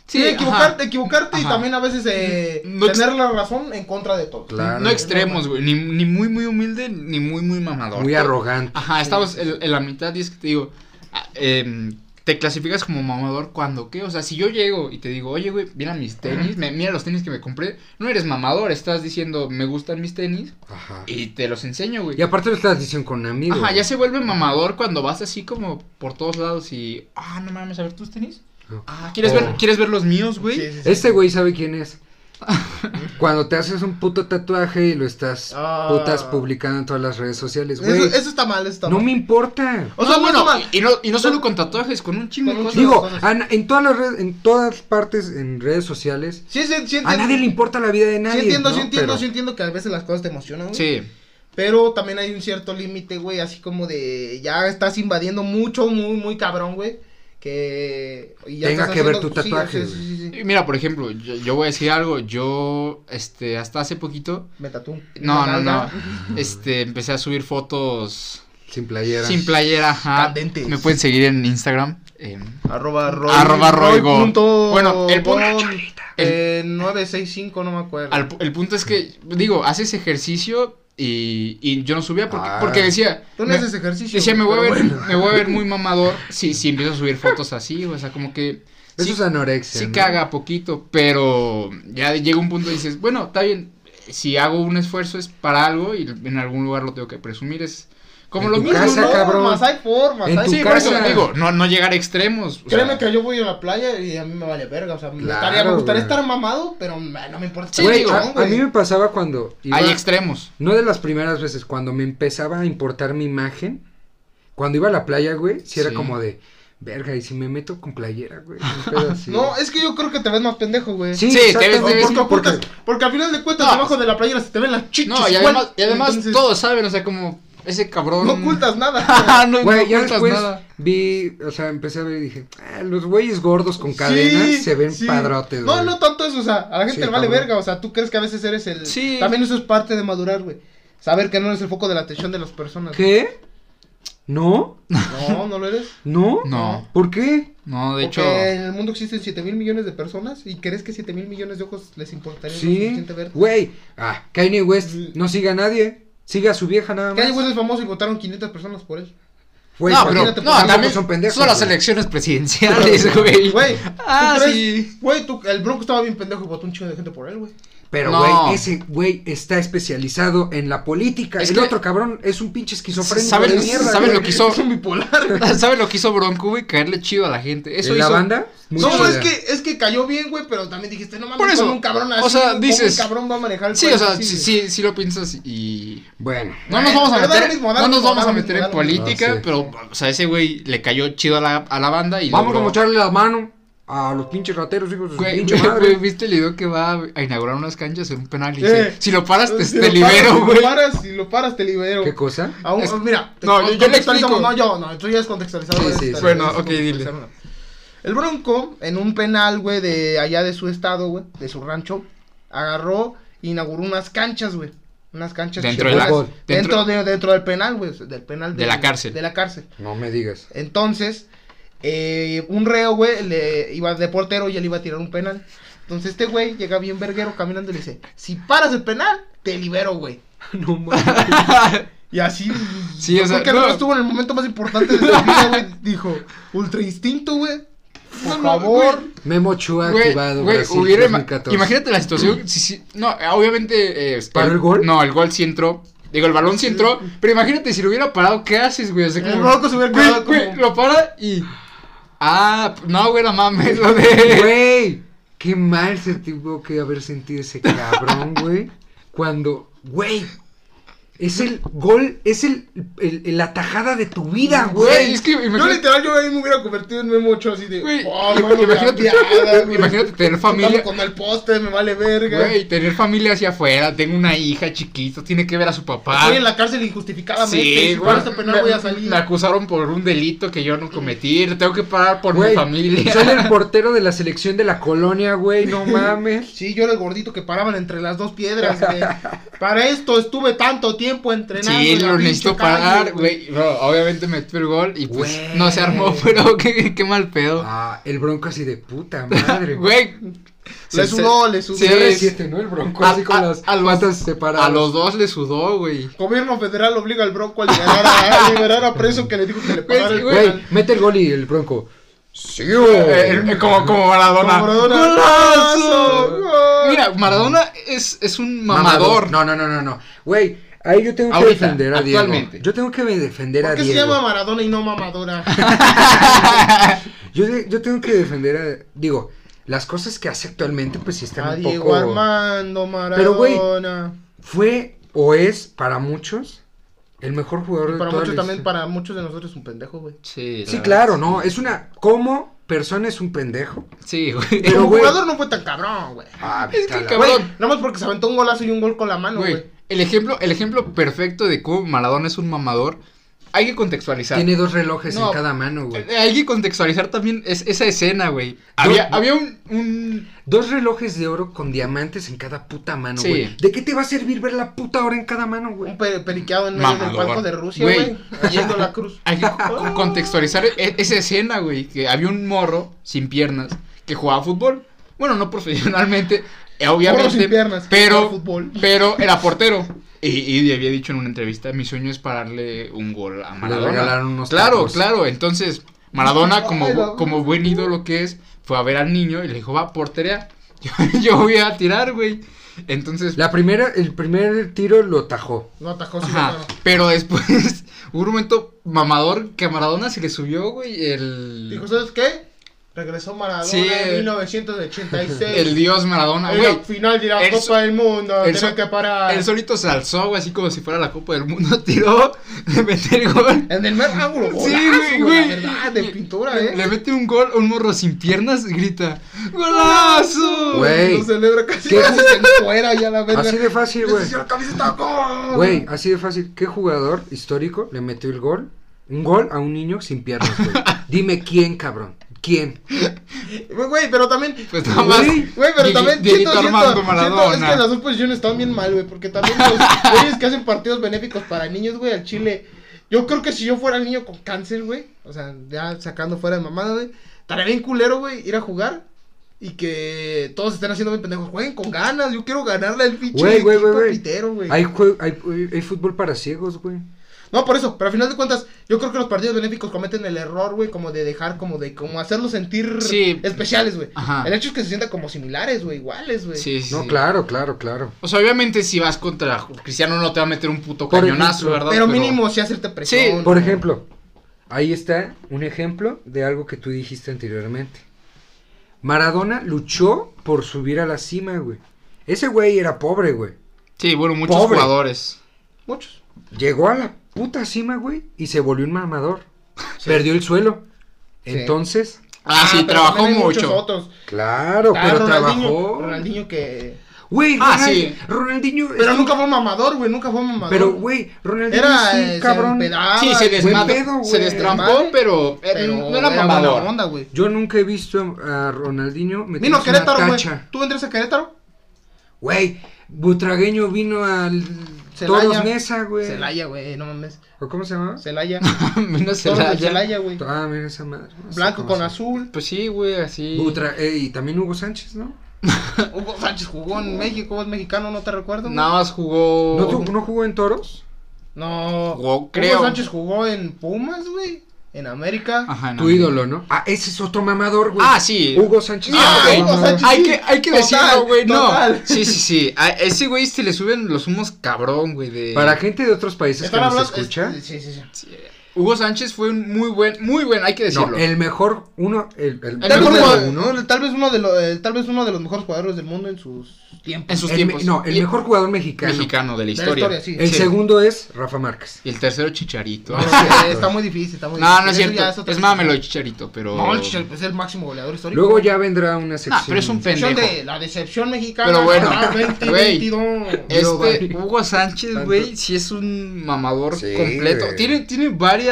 Speaker 3: Sí,
Speaker 1: ajá.
Speaker 3: equivocarte, equivocarte y
Speaker 1: Ajá.
Speaker 3: también a veces eh,
Speaker 1: No ex-
Speaker 3: tener la razón en contra de todo.
Speaker 2: Claro.
Speaker 1: No extremos, güey. Ni, ni muy, muy humilde, ni muy, muy mamador.
Speaker 2: Muy
Speaker 3: Ah.
Speaker 2: arrogante.
Speaker 1: Ajá, estamos en, en la mitad y es que te digo. ah, em, te clasificas como mamador cuando qué? O sea, si yo llego y te digo, oye, güey, mira mis tenis, me- mira los tenis que me compré, no eres mamador, estás diciendo, me gustan mis tenis
Speaker 2: Ajá. Y,
Speaker 1: y te los enseño, güey.
Speaker 2: aparte lo estás diciendo con amigos.
Speaker 1: Ajá, ya se vuelve mamador cuando vas así como por todos lados y. Ah, no mames, a ver tus tenis.
Speaker 2: No.
Speaker 1: Ah, ¿quieres,
Speaker 2: Oh.
Speaker 1: ver, ¿quieres ver los míos, güey?
Speaker 3: Sí, sí, sí.
Speaker 2: Este güey sabe quién es. Cuando te haces un puto tatuaje y lo estás
Speaker 3: Ah.
Speaker 2: putas publicando en todas las redes sociales,
Speaker 3: Eso,
Speaker 2: güey.
Speaker 3: eso está mal, eso está
Speaker 2: No
Speaker 3: mal.
Speaker 2: me importa.
Speaker 3: O sea,
Speaker 1: No,
Speaker 3: bueno,
Speaker 1: bueno, y, y no, y no solo con tatuajes, con un chingo de
Speaker 3: Con un
Speaker 1: cosas.
Speaker 3: chingo.
Speaker 2: Digo,
Speaker 3: cosas.
Speaker 2: a- en todas las redes, en todas partes, en redes sociales,
Speaker 3: sí, sí, sí
Speaker 2: a
Speaker 3: entiendo-
Speaker 2: nadie le importa la vida de nadie.
Speaker 3: sí entiendo,
Speaker 2: ¿no?
Speaker 3: sí entiendo,
Speaker 2: Pero-
Speaker 3: sí entiendo que a veces las cosas te emocionan, güey.
Speaker 1: Sí.
Speaker 3: Pero también hay un cierto límite, güey, así como de ya estás invadiendo mucho, muy, muy cabrón, güey. Que. y ya
Speaker 2: Tenga
Speaker 3: estás
Speaker 2: que ver
Speaker 3: haciendo-
Speaker 2: tu
Speaker 3: sí,
Speaker 2: tatuaje,
Speaker 3: Sí, sí, sí, sí.
Speaker 1: Y Mira, por ejemplo, yo, yo voy a decir algo. Yo, este, hasta hace poquito.
Speaker 3: Me tatúo.
Speaker 1: No,
Speaker 3: una
Speaker 1: no, no.
Speaker 3: nalga.
Speaker 1: Este, empecé a subir fotos
Speaker 2: Sin playera.
Speaker 1: sin playera. Ajá.
Speaker 3: Candentes.
Speaker 1: Me pueden seguir en Instagram. em,
Speaker 3: Arroba Roy.
Speaker 1: Arroba Roy Go.
Speaker 3: punto
Speaker 1: Bueno, el punto-
Speaker 3: Gon, eh, 965, no me acuerdo.
Speaker 1: Al pu- el punto es que, digo, haces ejercicio y, y yo no subía porque,
Speaker 2: Ah.
Speaker 1: porque decía.
Speaker 3: Tú no
Speaker 1: me-
Speaker 3: haces ejercicio.
Speaker 1: Decía, me
Speaker 3: güey,
Speaker 1: voy, a
Speaker 3: pero
Speaker 1: ver,
Speaker 3: bueno.
Speaker 1: me voy a ver muy mamador si, si empiezo a subir fotos así, güey, o sea, como que
Speaker 2: Eso
Speaker 1: Sí,
Speaker 2: es anorexia.
Speaker 1: Sí
Speaker 2: ¿no?
Speaker 1: caga poquito, pero ya llega un punto y dices, bueno, está bien, si hago un esfuerzo es para algo y en algún lugar lo tengo que presumir, es como
Speaker 2: En
Speaker 1: lo
Speaker 2: tu
Speaker 1: mismo,
Speaker 2: casa,
Speaker 1: ¿no?
Speaker 2: cabrón.
Speaker 3: hay formas.
Speaker 2: En
Speaker 3: hay-
Speaker 2: tu
Speaker 1: Sí, por eso
Speaker 2: casa.
Speaker 1: digo, no, no llegar a extremos. o sea,
Speaker 3: Créeme que yo voy a la playa y a mí me vale verga. O sea, me
Speaker 2: Claro,
Speaker 3: gustaría, me gustaría
Speaker 2: güey.
Speaker 3: estar mamado, pero eh, no me importa.
Speaker 1: Sí,
Speaker 3: estar
Speaker 2: Güey,
Speaker 1: digo,
Speaker 2: a,
Speaker 3: chingón,
Speaker 2: a mí me pasaba cuando. iba-
Speaker 1: hay extremos.
Speaker 2: No de las primeras veces, cuando me empezaba a importar mi imagen, cuando iba a la playa, güey, si era
Speaker 1: Sí.
Speaker 2: como de, verga, y si me meto con playera, güey. un pedo así.
Speaker 3: No, es que yo creo que te ves más pendejo, güey.
Speaker 1: Sí, te ves- te
Speaker 2: exactamente,
Speaker 1: ves-
Speaker 3: Porque,
Speaker 2: sí,
Speaker 3: porque,
Speaker 2: porque- Ah.
Speaker 3: porque al final de cuentas,
Speaker 1: No.
Speaker 3: debajo de la playera se te ven las chichis.
Speaker 1: No, y
Speaker 3: güey.
Speaker 1: además, y además
Speaker 3: Entonces,
Speaker 1: todos saben, o sea, como ese cabrón. Ah,
Speaker 3: No ocultas nada.
Speaker 1: no, no
Speaker 2: Güey, ya
Speaker 1: ocultas
Speaker 2: después
Speaker 1: nada.
Speaker 2: vi, o sea, empecé a ver y dije, "Ah, los güeyes gordos con cadenas
Speaker 3: Sí,
Speaker 2: se ven
Speaker 3: sí.
Speaker 2: padrotes,
Speaker 3: No,
Speaker 2: güey".
Speaker 3: no tanto eso, o sea, a la
Speaker 2: Sí,
Speaker 3: gente le vale
Speaker 2: cabrón.
Speaker 3: verga, o sea, tú crees que a veces eres el...
Speaker 1: Sí.
Speaker 3: También eso es parte de madurar, güey. Saber que no eres el foco de la atención de las personas.
Speaker 2: ¿Qué? ¿No?
Speaker 3: No, no lo eres.
Speaker 2: ¿No?
Speaker 1: No,
Speaker 2: ¿Por qué?
Speaker 1: no, de hecho.
Speaker 3: Porque en el mundo existen 7 mil millones de personas y crees que 7 mil millones de ojos les importaría lo
Speaker 2: Sí,
Speaker 3: suficiente ver.
Speaker 2: güey. Ah, Kanye West
Speaker 3: Sí.
Speaker 2: no siga a nadie. Siga a su vieja nada más.
Speaker 3: Kanye West es famoso y votaron 500 personas por él.
Speaker 2: Güey,
Speaker 1: no,
Speaker 2: cualquiera
Speaker 1: pero
Speaker 2: te-
Speaker 1: no,
Speaker 2: tampoco
Speaker 1: también
Speaker 2: son pendejos.
Speaker 1: son las
Speaker 2: güey.
Speaker 1: elecciones presidenciales, Ah, güey.
Speaker 3: Güey, ¿tú
Speaker 1: Ah,
Speaker 3: crees?
Speaker 1: sí.
Speaker 3: Güey, tú- el Bronco estaba bien pendejo y votó un chingo de gente por él, güey.
Speaker 2: Pero,
Speaker 1: No.
Speaker 2: güey, ese güey está especializado en la política.
Speaker 1: Es
Speaker 2: el
Speaker 1: que-
Speaker 2: otro cabrón es un pinche esquizofrénico
Speaker 1: ¿Sabes-
Speaker 2: de mierda.
Speaker 1: sabes
Speaker 2: güey.
Speaker 1: lo que hizo?
Speaker 3: Es un bipolar.
Speaker 1: ¿Sabes lo que hizo Bronco, güey? Caerle chido a la gente. Eso
Speaker 2: ¿En
Speaker 1: hizo.
Speaker 2: la banda? Muy
Speaker 3: no,
Speaker 2: chida.
Speaker 3: es que, es que cayó bien, güey, pero también dijiste, no mames,
Speaker 1: Por eso,
Speaker 3: con un cabrón así,
Speaker 1: o sea,
Speaker 3: ¿cómo
Speaker 1: dices-
Speaker 3: un cabrón va a manejar el
Speaker 1: Sí, o
Speaker 3: país
Speaker 1: sea,
Speaker 3: así,
Speaker 1: sí,
Speaker 3: güey?
Speaker 1: sí, sí lo piensas y.
Speaker 2: Bueno,
Speaker 1: No nos vamos a
Speaker 3: Pero da lo
Speaker 1: meter,
Speaker 3: mismo,
Speaker 1: no
Speaker 3: da lo
Speaker 1: nos
Speaker 3: mismo,
Speaker 1: vamos
Speaker 3: da
Speaker 1: a
Speaker 3: lo
Speaker 1: meter
Speaker 3: mismo,
Speaker 1: en
Speaker 3: da lo mismo.
Speaker 1: política,
Speaker 2: No, sí.
Speaker 1: pero, o sea, ese güey le cayó chido a la, a la banda y.
Speaker 2: vamos
Speaker 1: logró-
Speaker 2: como echarle la mano a los pinches rateros, hijos de su
Speaker 1: Güey,
Speaker 2: pinche
Speaker 1: güey,
Speaker 2: madre.
Speaker 1: güey, ¿viste el video que va a inaugurar unas canchas en un penal? Y
Speaker 3: Eh.
Speaker 1: dice, si lo paras, te,
Speaker 3: Si
Speaker 1: te
Speaker 3: lo paras,
Speaker 1: libero,
Speaker 3: Si lo
Speaker 1: güey.
Speaker 3: paras, si lo paras, te libero.
Speaker 2: ¿Qué cosa?
Speaker 3: A un-
Speaker 1: Es-
Speaker 3: mira, te-
Speaker 1: No, yo- yo le
Speaker 3: contextualiza,
Speaker 1: explico.
Speaker 3: mamá, yo, no, tú ya es contextualizado.
Speaker 2: Sí,
Speaker 3: ya es
Speaker 2: sí, sí.
Speaker 1: Bueno,
Speaker 3: contextualizado, ya es
Speaker 1: ok, dile.
Speaker 3: contextualizado. El Bronco, en un penal, güey, de allá de su estado, güey, de su rancho, agarró, inauguró unas canchas, güey. Unas canchas
Speaker 1: Dentro
Speaker 2: de la-
Speaker 3: chingonas.
Speaker 1: dentro-
Speaker 3: dentro, de- dentro del penal, güey. Del penal
Speaker 1: De la cárcel.
Speaker 3: De la cárcel.
Speaker 2: No me digas.
Speaker 3: Entonces, eh, un reo, güey, le iba de portero y él iba a tirar un penal. Entonces este güey llega bien verguero caminando y le dice, si paras el penal, te libero, güey.
Speaker 2: No mames.
Speaker 3: Y así,
Speaker 1: Sí,
Speaker 3: yo
Speaker 1: o sea,
Speaker 3: creo que
Speaker 1: no.
Speaker 3: Alonso estuvo en el momento más importante de su vida, güey. Dijo, ultra instinto, güey.
Speaker 1: No,
Speaker 3: Por
Speaker 1: no,
Speaker 3: favor.
Speaker 1: güey.
Speaker 2: Memo Chua
Speaker 1: Güey,
Speaker 2: activado.
Speaker 1: güey,
Speaker 2: Brasil
Speaker 1: hubiera ima-
Speaker 2: 2014.
Speaker 1: imagínate la situación. si- si- no, obviamente. eh,
Speaker 2: ¿Paró el gol?
Speaker 1: No, el gol sí entró. Digo, el balón sí entró. Pero imagínate si lo hubiera parado, ¿qué haces, güey? O sea,
Speaker 3: El
Speaker 1: como-
Speaker 3: Bronco se hubiera
Speaker 1: Güey,
Speaker 3: quedado
Speaker 1: güey,
Speaker 3: como-
Speaker 1: Lo para y. Ah, no, güey, no mames, lo de.
Speaker 2: Güey, qué mal se tuvo que haber sentido ese cabrón, güey. Cuando, güey, es el gol, es el, el- el- la tajada de tu vida,
Speaker 1: Güey,
Speaker 2: güey.
Speaker 1: es que
Speaker 3: Yo
Speaker 1: imagínate.
Speaker 3: literal, yo ahí me hubiera convertido en Memo Ochoa así de...
Speaker 1: Güey,
Speaker 3: "Oh, mano,
Speaker 1: imagínate-
Speaker 3: me apiada, güey.
Speaker 1: imagínate tener familia.
Speaker 3: Chocando con el poste, me vale verga.
Speaker 1: Güey, tener familia hacia afuera. Tengo una hija chiquita, tiene que ver a su papá.
Speaker 3: Estoy en la cárcel injustificadamente.
Speaker 1: Sí,
Speaker 3: si
Speaker 1: güey.
Speaker 3: paras el penal,
Speaker 1: me,
Speaker 3: pues, voy a salir.
Speaker 1: me acusaron por un delito que yo no cometí. Tengo que parar por mi
Speaker 2: Güey,
Speaker 1: familia.
Speaker 2: soy el portero de la selección de la colonia, güey, no mames.
Speaker 3: Sí, yo era el gordito que paraban entre las dos piedras, güey. Para esto estuve tanto tiempo entrenando.
Speaker 1: Sí,
Speaker 3: en la
Speaker 1: lo
Speaker 3: pinche
Speaker 1: necesito
Speaker 3: calle,
Speaker 1: parar, güey. Bro, Obviamente metió el gol y pues
Speaker 2: Güey.
Speaker 1: no se armó, pero qué, qué mal pedo.
Speaker 2: Ah, el bronco así de puta madre.
Speaker 1: Güey.
Speaker 3: Le
Speaker 1: se-
Speaker 3: sudó, le sudó.
Speaker 1: Sí,
Speaker 2: CR7, ¿no? El bronco así
Speaker 1: A-
Speaker 2: con
Speaker 1: a-
Speaker 2: las
Speaker 1: a los-
Speaker 2: patas
Speaker 1: se-
Speaker 2: separadas.
Speaker 1: A los dos le sudó, güey.
Speaker 3: Gobierno federal obliga al Bronco a liberar a, a liberar a preso que le dijo que le pagara el
Speaker 1: Güey,
Speaker 2: Güey,
Speaker 3: penal.
Speaker 2: mete el gol y el bronco. Sí,
Speaker 1: Eh, eh, como, como Maradona.
Speaker 3: Como Maradona.
Speaker 1: ¡Golazo!
Speaker 3: ¡Gol!
Speaker 1: Mira, Maradona es, es un mamador.
Speaker 2: No, no, no, no, no. Güey, ahí yo tengo que
Speaker 1: Ahorita,
Speaker 2: defender a Diego.
Speaker 1: actualmente.
Speaker 2: Yo tengo que defender a
Speaker 3: ¿Por qué se
Speaker 2: Diego.
Speaker 3: llama Maradona y no Mamadora?
Speaker 2: Yo, de- yo tengo que defender a. Digo, las cosas que hace actualmente, pues sí están
Speaker 3: A
Speaker 2: un
Speaker 3: Diego
Speaker 2: poco.
Speaker 3: Armando
Speaker 2: Pero, güey,
Speaker 3: Maradona.
Speaker 2: Fue o es para muchos el mejor jugador de
Speaker 3: para
Speaker 2: toda
Speaker 3: muchos
Speaker 2: la
Speaker 3: también,
Speaker 2: historia.
Speaker 3: para muchos de nosotros es un pendejo, güey.
Speaker 1: Sí, la
Speaker 2: Sí,
Speaker 1: verdad,
Speaker 2: claro,
Speaker 1: sí.
Speaker 2: no. Es una. Como persona es un pendejo.
Speaker 1: Sí, güey.
Speaker 2: Pero,
Speaker 3: Como
Speaker 2: güey-
Speaker 3: jugador no fue tan cabrón, güey.
Speaker 2: Ah,
Speaker 1: Es
Speaker 2: vete a
Speaker 1: que
Speaker 2: la-
Speaker 1: cabrón.
Speaker 3: Güey, nada más porque se aventó un golazo y un gol con la mano,
Speaker 1: Güey,
Speaker 3: güey.
Speaker 1: el ejemplo, el ejemplo perfecto de cómo Maradona es un mamador, hay que contextualizar.
Speaker 2: Tiene dos relojes
Speaker 1: No.
Speaker 2: en cada mano, güey.
Speaker 1: Eh, Hay que contextualizar también es- esa escena, güey. Había,
Speaker 2: no.
Speaker 1: había un, un-
Speaker 2: Dos relojes de oro con diamantes en cada puta mano,
Speaker 1: Sí.
Speaker 2: güey. ¿De qué te va a servir ver la puta hora en cada mano, güey?
Speaker 3: Un pe- periqueado en medio del
Speaker 1: Mamador.
Speaker 3: palco de Rusia,
Speaker 1: Güey.
Speaker 3: güey. Yendo la cruz.
Speaker 1: Hay que co- contextualizar e- esa escena, güey. Que había un morro sin piernas que jugaba fútbol. Bueno, no profesionalmente, eh, obviamente.
Speaker 3: Gorro sin piernas. jugaba
Speaker 1: pero,
Speaker 3: Fútbol.
Speaker 1: pero era portero. Y, y había dicho en una entrevista, mi sueño es pararle un gol a Maradona.
Speaker 2: regalaron unos
Speaker 1: claro,
Speaker 2: tacos.
Speaker 1: claro. Entonces, Maradona, como,
Speaker 3: Ay, la-
Speaker 1: como buen ídolo que es, fue a ver al niño y le dijo, va, portería. Yo, yo voy a tirar, güey. Entonces,
Speaker 2: La primera, el primer tiro lo tajó.
Speaker 3: Lo atajó sí,
Speaker 1: ajá,
Speaker 3: claro.
Speaker 1: pero después hubo un momento mamador que a Maradona se le subió, güey,
Speaker 3: Dijo,
Speaker 1: el,
Speaker 3: ¿sabes qué? Regresó Maradona
Speaker 1: Sí,
Speaker 3: en
Speaker 1: eh.
Speaker 3: 1986.
Speaker 1: el dios Maradona,
Speaker 3: En
Speaker 1: Ah, güey.
Speaker 3: la final de la
Speaker 1: el
Speaker 3: Copa
Speaker 1: so-
Speaker 3: del Mundo.
Speaker 1: el
Speaker 3: Tenía
Speaker 1: so-
Speaker 3: que parar.
Speaker 1: Él solito se alzó, güey, así como si fuera la Copa del Mundo, tiró, le metió el gol.
Speaker 3: En el mero ángulo.
Speaker 1: Sí,
Speaker 3: golazo,
Speaker 1: güey,
Speaker 3: güey. la
Speaker 1: güey.
Speaker 3: verdad, de pintura, eh.
Speaker 1: Le mete un gol, un morro sin piernas y grita, ¡Golazo!
Speaker 2: Güey.
Speaker 3: Lo celebra casi
Speaker 2: ¿Qué?
Speaker 3: casi se fuera ya la verga.
Speaker 2: Así de fácil, güey.
Speaker 3: Ese camiseta, gol.
Speaker 2: Güey, así de fácil. ¿Qué jugador histórico le metió el gol? Un gol a un niño sin piernas, güey. Dime quién, cabrón. ¿Quién?
Speaker 3: Güey, pero también.
Speaker 1: Pues nada más.
Speaker 2: Güey,
Speaker 3: Güey, pero
Speaker 1: Diego-
Speaker 3: también
Speaker 1: Dieguito
Speaker 3: siento, siento,
Speaker 1: Armando
Speaker 3: siento, es
Speaker 1: Maradona.
Speaker 3: que las dos posiciones están bien mal, güey, porque también los güeyes que hacen partidos benéficos para niños, güey, al Chile, yo creo que si yo fuera el niño con cáncer, güey, o sea, ya sacando fuera de mamada, güey, estaría bien culero, güey, ir a jugar y que todos estén haciendo bien pendejos, jueguen con ganas, yo quiero ganarle al pinche
Speaker 2: Güey, güey,
Speaker 3: equipo
Speaker 2: güey, güey.
Speaker 3: pitero, güey.
Speaker 2: Hay, jue- hay, hay fútbol para ciegos, güey.
Speaker 3: No, por eso, pero al final de cuentas, yo creo que los partidos benéficos cometen el error, güey, como de dejar, como de, como hacerlos sentir
Speaker 1: Sí.
Speaker 3: especiales, güey.
Speaker 1: Ajá.
Speaker 3: El hecho es que se sientan como similares, güey, iguales, güey.
Speaker 1: Sí, sí.
Speaker 2: No,
Speaker 1: sí.
Speaker 2: claro, claro, claro.
Speaker 1: O sea, obviamente si vas contra Cristiano no te va a meter un puto
Speaker 2: Por
Speaker 1: cañonazo,
Speaker 2: ejemplo.
Speaker 1: ¿verdad?
Speaker 3: Pero mínimo sí hacerte presión.
Speaker 1: Sí,
Speaker 3: ¿no?
Speaker 2: Por ejemplo, ahí está un ejemplo de algo que tú dijiste anteriormente. Maradona luchó por subir a la cima, güey. Ese güey era pobre, güey.
Speaker 1: Sí, bueno, muchos
Speaker 2: Pobre.
Speaker 1: jugadores.
Speaker 3: Muchos.
Speaker 2: Llegó a la puta cima, güey, y se volvió un mamador.
Speaker 3: Sí.
Speaker 2: Perdió el suelo.
Speaker 3: Sí.
Speaker 2: Entonces,
Speaker 1: Ah, sí,
Speaker 3: pero
Speaker 1: trabajó
Speaker 3: también hay muchos
Speaker 1: mucho.
Speaker 3: Otros.
Speaker 2: claro,
Speaker 3: Ah,
Speaker 2: pero
Speaker 3: Ronaldinho,
Speaker 2: trabajó.
Speaker 3: Ronaldinho que. Pues
Speaker 2: Güey,
Speaker 1: Ah,
Speaker 2: Ronald-
Speaker 1: sí.
Speaker 2: Ronaldinho.
Speaker 3: Pero nunca fue mamador, güey. Nunca fue mamador.
Speaker 2: Pero, güey, Ronaldinho
Speaker 3: Era
Speaker 2: es un
Speaker 3: eh,
Speaker 2: cabrón.
Speaker 3: Se empedaba,
Speaker 1: Sí, se,
Speaker 3: güey,
Speaker 1: desmadó,
Speaker 2: buen pedo,
Speaker 1: se
Speaker 2: güey.
Speaker 1: destrampó,
Speaker 3: Madre.
Speaker 1: pero, eh,
Speaker 3: pero
Speaker 1: no era
Speaker 3: buena
Speaker 1: mamador.
Speaker 3: onda, güey.
Speaker 2: Yo nunca he visto a Ronaldinho meter
Speaker 3: Vino a
Speaker 2: una
Speaker 3: Querétaro, güey.
Speaker 2: tacha.
Speaker 3: ¿Tú vendrías a Querétaro?
Speaker 2: Güey, Butragueño vino al
Speaker 3: Celaya.
Speaker 2: Toros Nesa, güey.
Speaker 3: Celaya, güey. No mames.
Speaker 2: ¿O cómo se llamaba?
Speaker 3: Celaya.
Speaker 1: Menos
Speaker 3: Todos de
Speaker 1: Celaya.
Speaker 3: Celaya, güey.
Speaker 2: Ah, mira esa madre. no sé
Speaker 3: Blanco
Speaker 2: cómo
Speaker 3: con
Speaker 2: se llama.
Speaker 3: azul.
Speaker 1: Pues sí, güey, así.
Speaker 2: Butra- eh, y también Hugo Sánchez, ¿no?
Speaker 3: Hugo Sánchez jugó en México. Es mexicano, no te recuerdo. güey.
Speaker 1: Nada más jugó.
Speaker 2: ¿No, tu- no jugó en Toros?
Speaker 3: No.
Speaker 1: Jugó,
Speaker 3: Hugo
Speaker 1: creo.
Speaker 3: Sánchez jugó en Pumas, güey. En América.
Speaker 1: Ajá, no,
Speaker 2: Tu ídolo, ¿no? Ah, ese es otro mamador, güey.
Speaker 1: Ah, sí.
Speaker 2: Hugo Sánchez.
Speaker 1: Sí,
Speaker 3: Ah,
Speaker 1: güey,
Speaker 2: otro
Speaker 3: Hugo
Speaker 2: mamador.
Speaker 3: Sánchez.
Speaker 1: hay
Speaker 3: sí.
Speaker 1: que, hay que
Speaker 3: Total,
Speaker 1: decirlo, güey, no.
Speaker 3: total.
Speaker 1: Sí, sí, sí. A ese güey se le suben los humos cabrón, güey. De...
Speaker 2: Para gente de otros países que
Speaker 3: ¿Están
Speaker 2: nos
Speaker 3: hablando?
Speaker 2: escucha.
Speaker 3: es- Sí, sí, sí.
Speaker 1: Sí. Hugo Sánchez fue un muy buen, muy buen, hay que decirlo.
Speaker 2: No, el mejor, uno, el, el-
Speaker 1: El
Speaker 3: Tal,
Speaker 1: mejor
Speaker 3: vez
Speaker 2: número
Speaker 1: jugador-
Speaker 2: uno,
Speaker 3: uno, tal vez uno de los eh, tal vez uno de los mejores jugadores del mundo en sus tiempos.
Speaker 1: en sus
Speaker 2: el me-
Speaker 1: tiempos.
Speaker 2: no, el
Speaker 1: Y-
Speaker 2: mejor jugador mexicano.
Speaker 1: mexicano de la
Speaker 3: De la
Speaker 1: historia.
Speaker 3: historia, sí.
Speaker 2: El
Speaker 1: Sí.
Speaker 2: segundo es Rafa Márquez.
Speaker 1: Y el tercero Chicharito.
Speaker 3: No,
Speaker 2: No,
Speaker 3: eh, está muy difícil, está muy
Speaker 1: No, no es
Speaker 3: difícil. Eso ya
Speaker 1: cierto.
Speaker 3: otra
Speaker 1: Es
Speaker 3: cosa.
Speaker 1: mámelo Chicharito, pero.
Speaker 3: No, el Chichar- es el máximo goleador histórico.
Speaker 2: Luego ya vendrá una sección.
Speaker 1: Ah, pero es un
Speaker 3: Decepción
Speaker 1: pendejo.
Speaker 3: de- la decepción mexicana.
Speaker 1: Pero bueno,
Speaker 3: ah, 20,
Speaker 1: güey.
Speaker 3: 22.
Speaker 1: Este
Speaker 2: Yo,
Speaker 1: Hugo Sánchez,
Speaker 2: Tanto.
Speaker 1: güey, sí es un mamador
Speaker 2: Sí,
Speaker 1: completo.
Speaker 2: güey.
Speaker 1: Tiene, tiene varias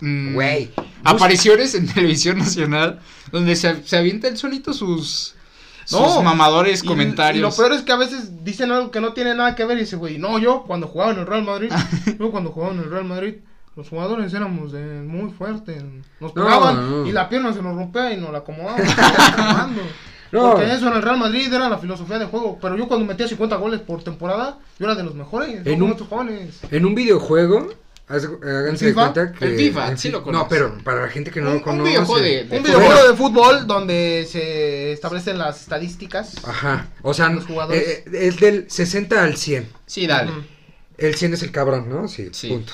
Speaker 1: mm,
Speaker 2: Güey.
Speaker 1: apariciones en televisión nacional donde se, se avienta él solito sus, sus
Speaker 3: No,
Speaker 1: mamadores
Speaker 3: Y-
Speaker 1: comentarios.
Speaker 3: Y lo peor es que a veces dicen algo que no tiene nada que ver y dice, güey, no, yo cuando jugaba en el Real Madrid, yo cuando jugaba en el Real Madrid, los jugadores éramos eh, muy fuertes. Nos
Speaker 2: No,
Speaker 3: pegaban
Speaker 2: no.
Speaker 3: y la pierna se nos rompía y nos la acomodaban. nos la acomodaban.
Speaker 2: No.
Speaker 3: Porque eso en el Real Madrid era la filosofía de juego. Pero yo cuando metía 50 goles por temporada, yo era de los mejores.
Speaker 2: En
Speaker 3: En
Speaker 2: un-
Speaker 3: un... jóvenes.
Speaker 2: En un videojuego, haz- háganse de
Speaker 3: FIFA?
Speaker 2: cuenta que.
Speaker 1: El FIFA,
Speaker 2: en
Speaker 1: sí
Speaker 2: fi-
Speaker 1: lo
Speaker 2: No,
Speaker 1: conozco.
Speaker 2: pero para la gente que no
Speaker 1: Un-
Speaker 2: lo
Speaker 1: un
Speaker 2: conoce.
Speaker 1: videojuego de- de-
Speaker 3: Un
Speaker 2: Pero-
Speaker 3: videojuego de fútbol donde se establecen las estadísticas.
Speaker 1: Ah,
Speaker 2: Ajá. O sea,
Speaker 3: Los jugadores.
Speaker 2: eh, eh, es del 60 al 100.
Speaker 1: Sí, dale.
Speaker 3: Ujú.
Speaker 2: El 100 es el cabrón, ¿no? Sí,
Speaker 1: Sí.
Speaker 2: punto.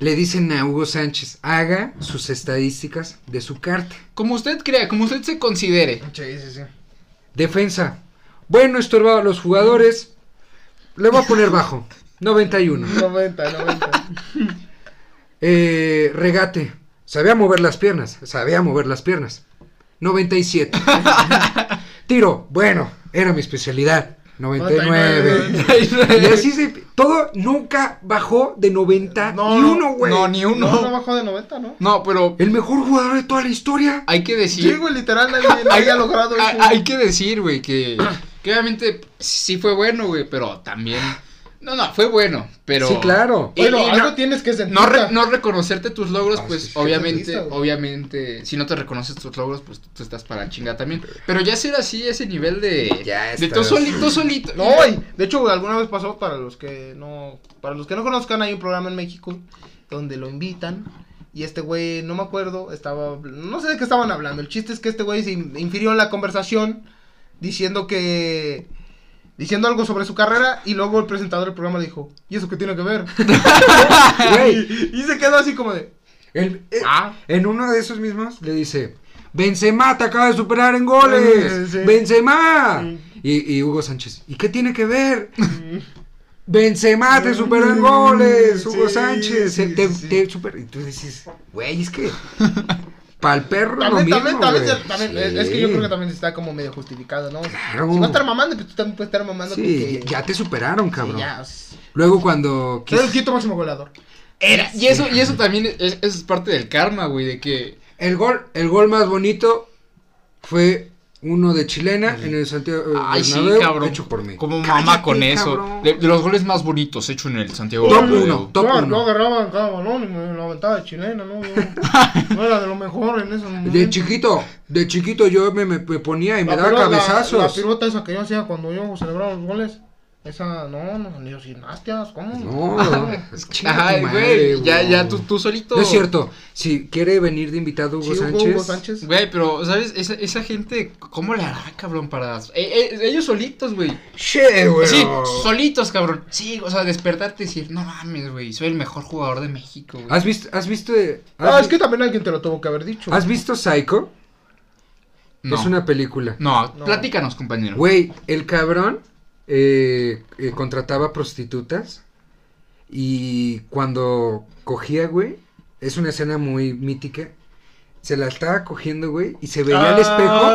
Speaker 2: Le dicen a Hugo Sánchez, haga sus estadísticas de su carta.
Speaker 1: Como usted crea, como usted se considere.
Speaker 3: Sí, sí, sí.
Speaker 2: Defensa. Bueno, estorbado a los jugadores. Le voy a poner bajo. 91.
Speaker 3: 90, 90.
Speaker 2: Eh, regate. Sabía mover las piernas. Sabía mover las piernas. 97. Tiro. Bueno, era mi especialidad. 99. Y así se... Todo nunca bajó de 90
Speaker 3: No,
Speaker 2: ni uno, güey.
Speaker 1: No, ni uno.
Speaker 3: No, no
Speaker 1: No,
Speaker 3: bajó de 90, ¿no?
Speaker 1: pero
Speaker 2: El mejor jugador de toda la historia.
Speaker 1: hay que decir.
Speaker 3: Sí, güey, literal, nadie, nadie ha logrado
Speaker 1: hay-
Speaker 3: eso.
Speaker 1: hay que decir, güey, que, que obviamente sí fue bueno, güey, pero también. No, no, fue bueno, pero.
Speaker 2: Sí, claro.
Speaker 1: Y-
Speaker 3: Bueno,
Speaker 1: y
Speaker 3: algo
Speaker 1: no-
Speaker 3: tienes que sentir.
Speaker 1: no, re- no reconocerte tus logros,
Speaker 2: Ah, sí,
Speaker 1: pues
Speaker 2: sí,
Speaker 1: obviamente,
Speaker 3: qué triste, güey.
Speaker 1: obviamente, si no te reconoces tus logros, pues tú, tú estás para la chinga también. Pero ya ser así, ese nivel de.
Speaker 2: Ya
Speaker 1: de
Speaker 2: estás.
Speaker 1: tú solito, tú solito.
Speaker 3: No, y de hecho, güey, alguna vez pasó para los que no para los que no conozcan hay un programa en México donde lo invitan Y este güey, no me acuerdo, estaba. No sé de qué estaban hablando. El chiste es que este güey se in- infirió en la conversación diciendo que. Diciendo algo sobre su carrera y luego el presentador del programa le dijo, ¿y eso qué tiene que ver?
Speaker 2: Güey,
Speaker 3: y se quedó así como de,
Speaker 2: el- eh,
Speaker 3: ah,
Speaker 2: en uno de esos mismos le dice, Benzema te acaba de superar en goles.
Speaker 3: Sí.
Speaker 2: Benzema.
Speaker 3: Mm.
Speaker 2: Y, y Hugo Sánchez, ¿y qué tiene que ver? Benzema te superó en goles, Hugo
Speaker 3: Mm. Sí,
Speaker 2: Sánchez.
Speaker 3: sí,
Speaker 2: eh, te,
Speaker 3: sí.
Speaker 2: te superó. Y tú dices, güey, es que... Para el perro lo
Speaker 3: También,
Speaker 2: mismo,
Speaker 3: también, también,
Speaker 2: güey.
Speaker 3: se- también,
Speaker 2: Sí.
Speaker 3: es- es que yo creo que también está como medio justificado, ¿no?
Speaker 2: Claro.
Speaker 3: Si va a estar mamando, pues tú también puedes estar mamando. con
Speaker 2: Sí,
Speaker 3: que-
Speaker 2: ya ya te superaron,
Speaker 3: que
Speaker 2: cabrón.
Speaker 3: ya, o sea,
Speaker 2: Luego cuando...
Speaker 3: Pero el
Speaker 2: quis-
Speaker 3: quinto máximo goleador.
Speaker 1: Eras. Y eso, y eso también es, es parte del karma, güey, de que.
Speaker 2: El gol, el gol más bonito fue uno de chilena en el Santiago eh,
Speaker 1: Ay, sí,
Speaker 2: Bernabéu,
Speaker 1: cabrón.
Speaker 2: hecho por mí.
Speaker 1: Como mamá
Speaker 2: pues, Cállate,
Speaker 1: con eso.
Speaker 2: cabrón.
Speaker 1: De, de los goles más bonitos hecho en el Santiago.
Speaker 2: Top
Speaker 1: Bernabéu.
Speaker 2: uno. Top
Speaker 3: No,
Speaker 2: uno.
Speaker 3: no agarraban cada balón y me lo aventaba de chilena, ¿no? Yo- no era de lo mejor en ese momento.
Speaker 2: De chiquito, de chiquito yo me, me- me ponía y me
Speaker 3: La
Speaker 2: daba
Speaker 3: pelota-
Speaker 2: cabezazos.
Speaker 3: La, la pirota esa que yo hacía cuando yo celebraba los goles. Esa, no, no, ni los gimnastias, ¿cómo?
Speaker 2: No, no, es que chinga tu
Speaker 1: Ay,
Speaker 2: madre,
Speaker 1: güey. Ya,
Speaker 2: güey.
Speaker 1: ya tú, tú solito.
Speaker 2: No es cierto. Si quiere venir de invitado Hugo
Speaker 3: Sí, Hugo-
Speaker 2: Sánchez.
Speaker 3: Hugo Sánchez.
Speaker 1: Güey, pero, ¿sabes? Esa, esa gente, ¿cómo le hará, cabrón, para. Eh, eh, ellos solitos, güey.
Speaker 2: Che, güey.
Speaker 1: Sí, solitos, cabrón. Sí, o sea, despertarte y decir, no mames, güey, soy el mejor jugador de México, güey.
Speaker 2: ¿Has visto, has visto, has,
Speaker 3: Ah, es
Speaker 2: vi-
Speaker 3: que también alguien te lo tuvo que haber
Speaker 1: Ah,
Speaker 3: dicho.
Speaker 2: has visto Psycho?
Speaker 1: No,
Speaker 2: Es una película.
Speaker 1: no,
Speaker 3: No.
Speaker 1: platícanos, compañero.
Speaker 2: Güey, el cabrón eh, eh, contrataba prostitutas y cuando cogía, güey, es una escena muy mítica. Se la estaba cogiendo, güey, y se veía al
Speaker 3: Ah,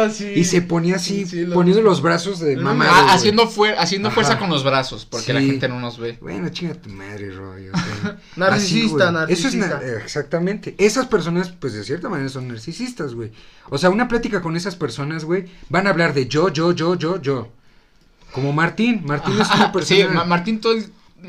Speaker 2: espejo
Speaker 3: sí.
Speaker 2: y se ponía así,
Speaker 3: Sí, lo-
Speaker 2: poniendo los brazos de
Speaker 3: Ah,
Speaker 2: mamá.
Speaker 1: Ah,
Speaker 2: güey.
Speaker 1: haciendo fuer- haciendo
Speaker 2: Ajá.
Speaker 1: fuerza con los brazos, porque la
Speaker 2: Sí.
Speaker 1: gente no nos ve.
Speaker 2: Bueno, chinga tu madre, rollo. o sea,
Speaker 3: Narcisista,
Speaker 2: así, güey. Eso es na-
Speaker 3: narcisista.
Speaker 2: exactamente. Esas personas, pues de cierta manera son narcisistas, güey. O sea, una plática con esas personas, güey, van a hablar de yo, yo, yo, yo, yo. Como Martín. Martín Ah, es una persona.
Speaker 1: Sí, Ma- Martín todo el-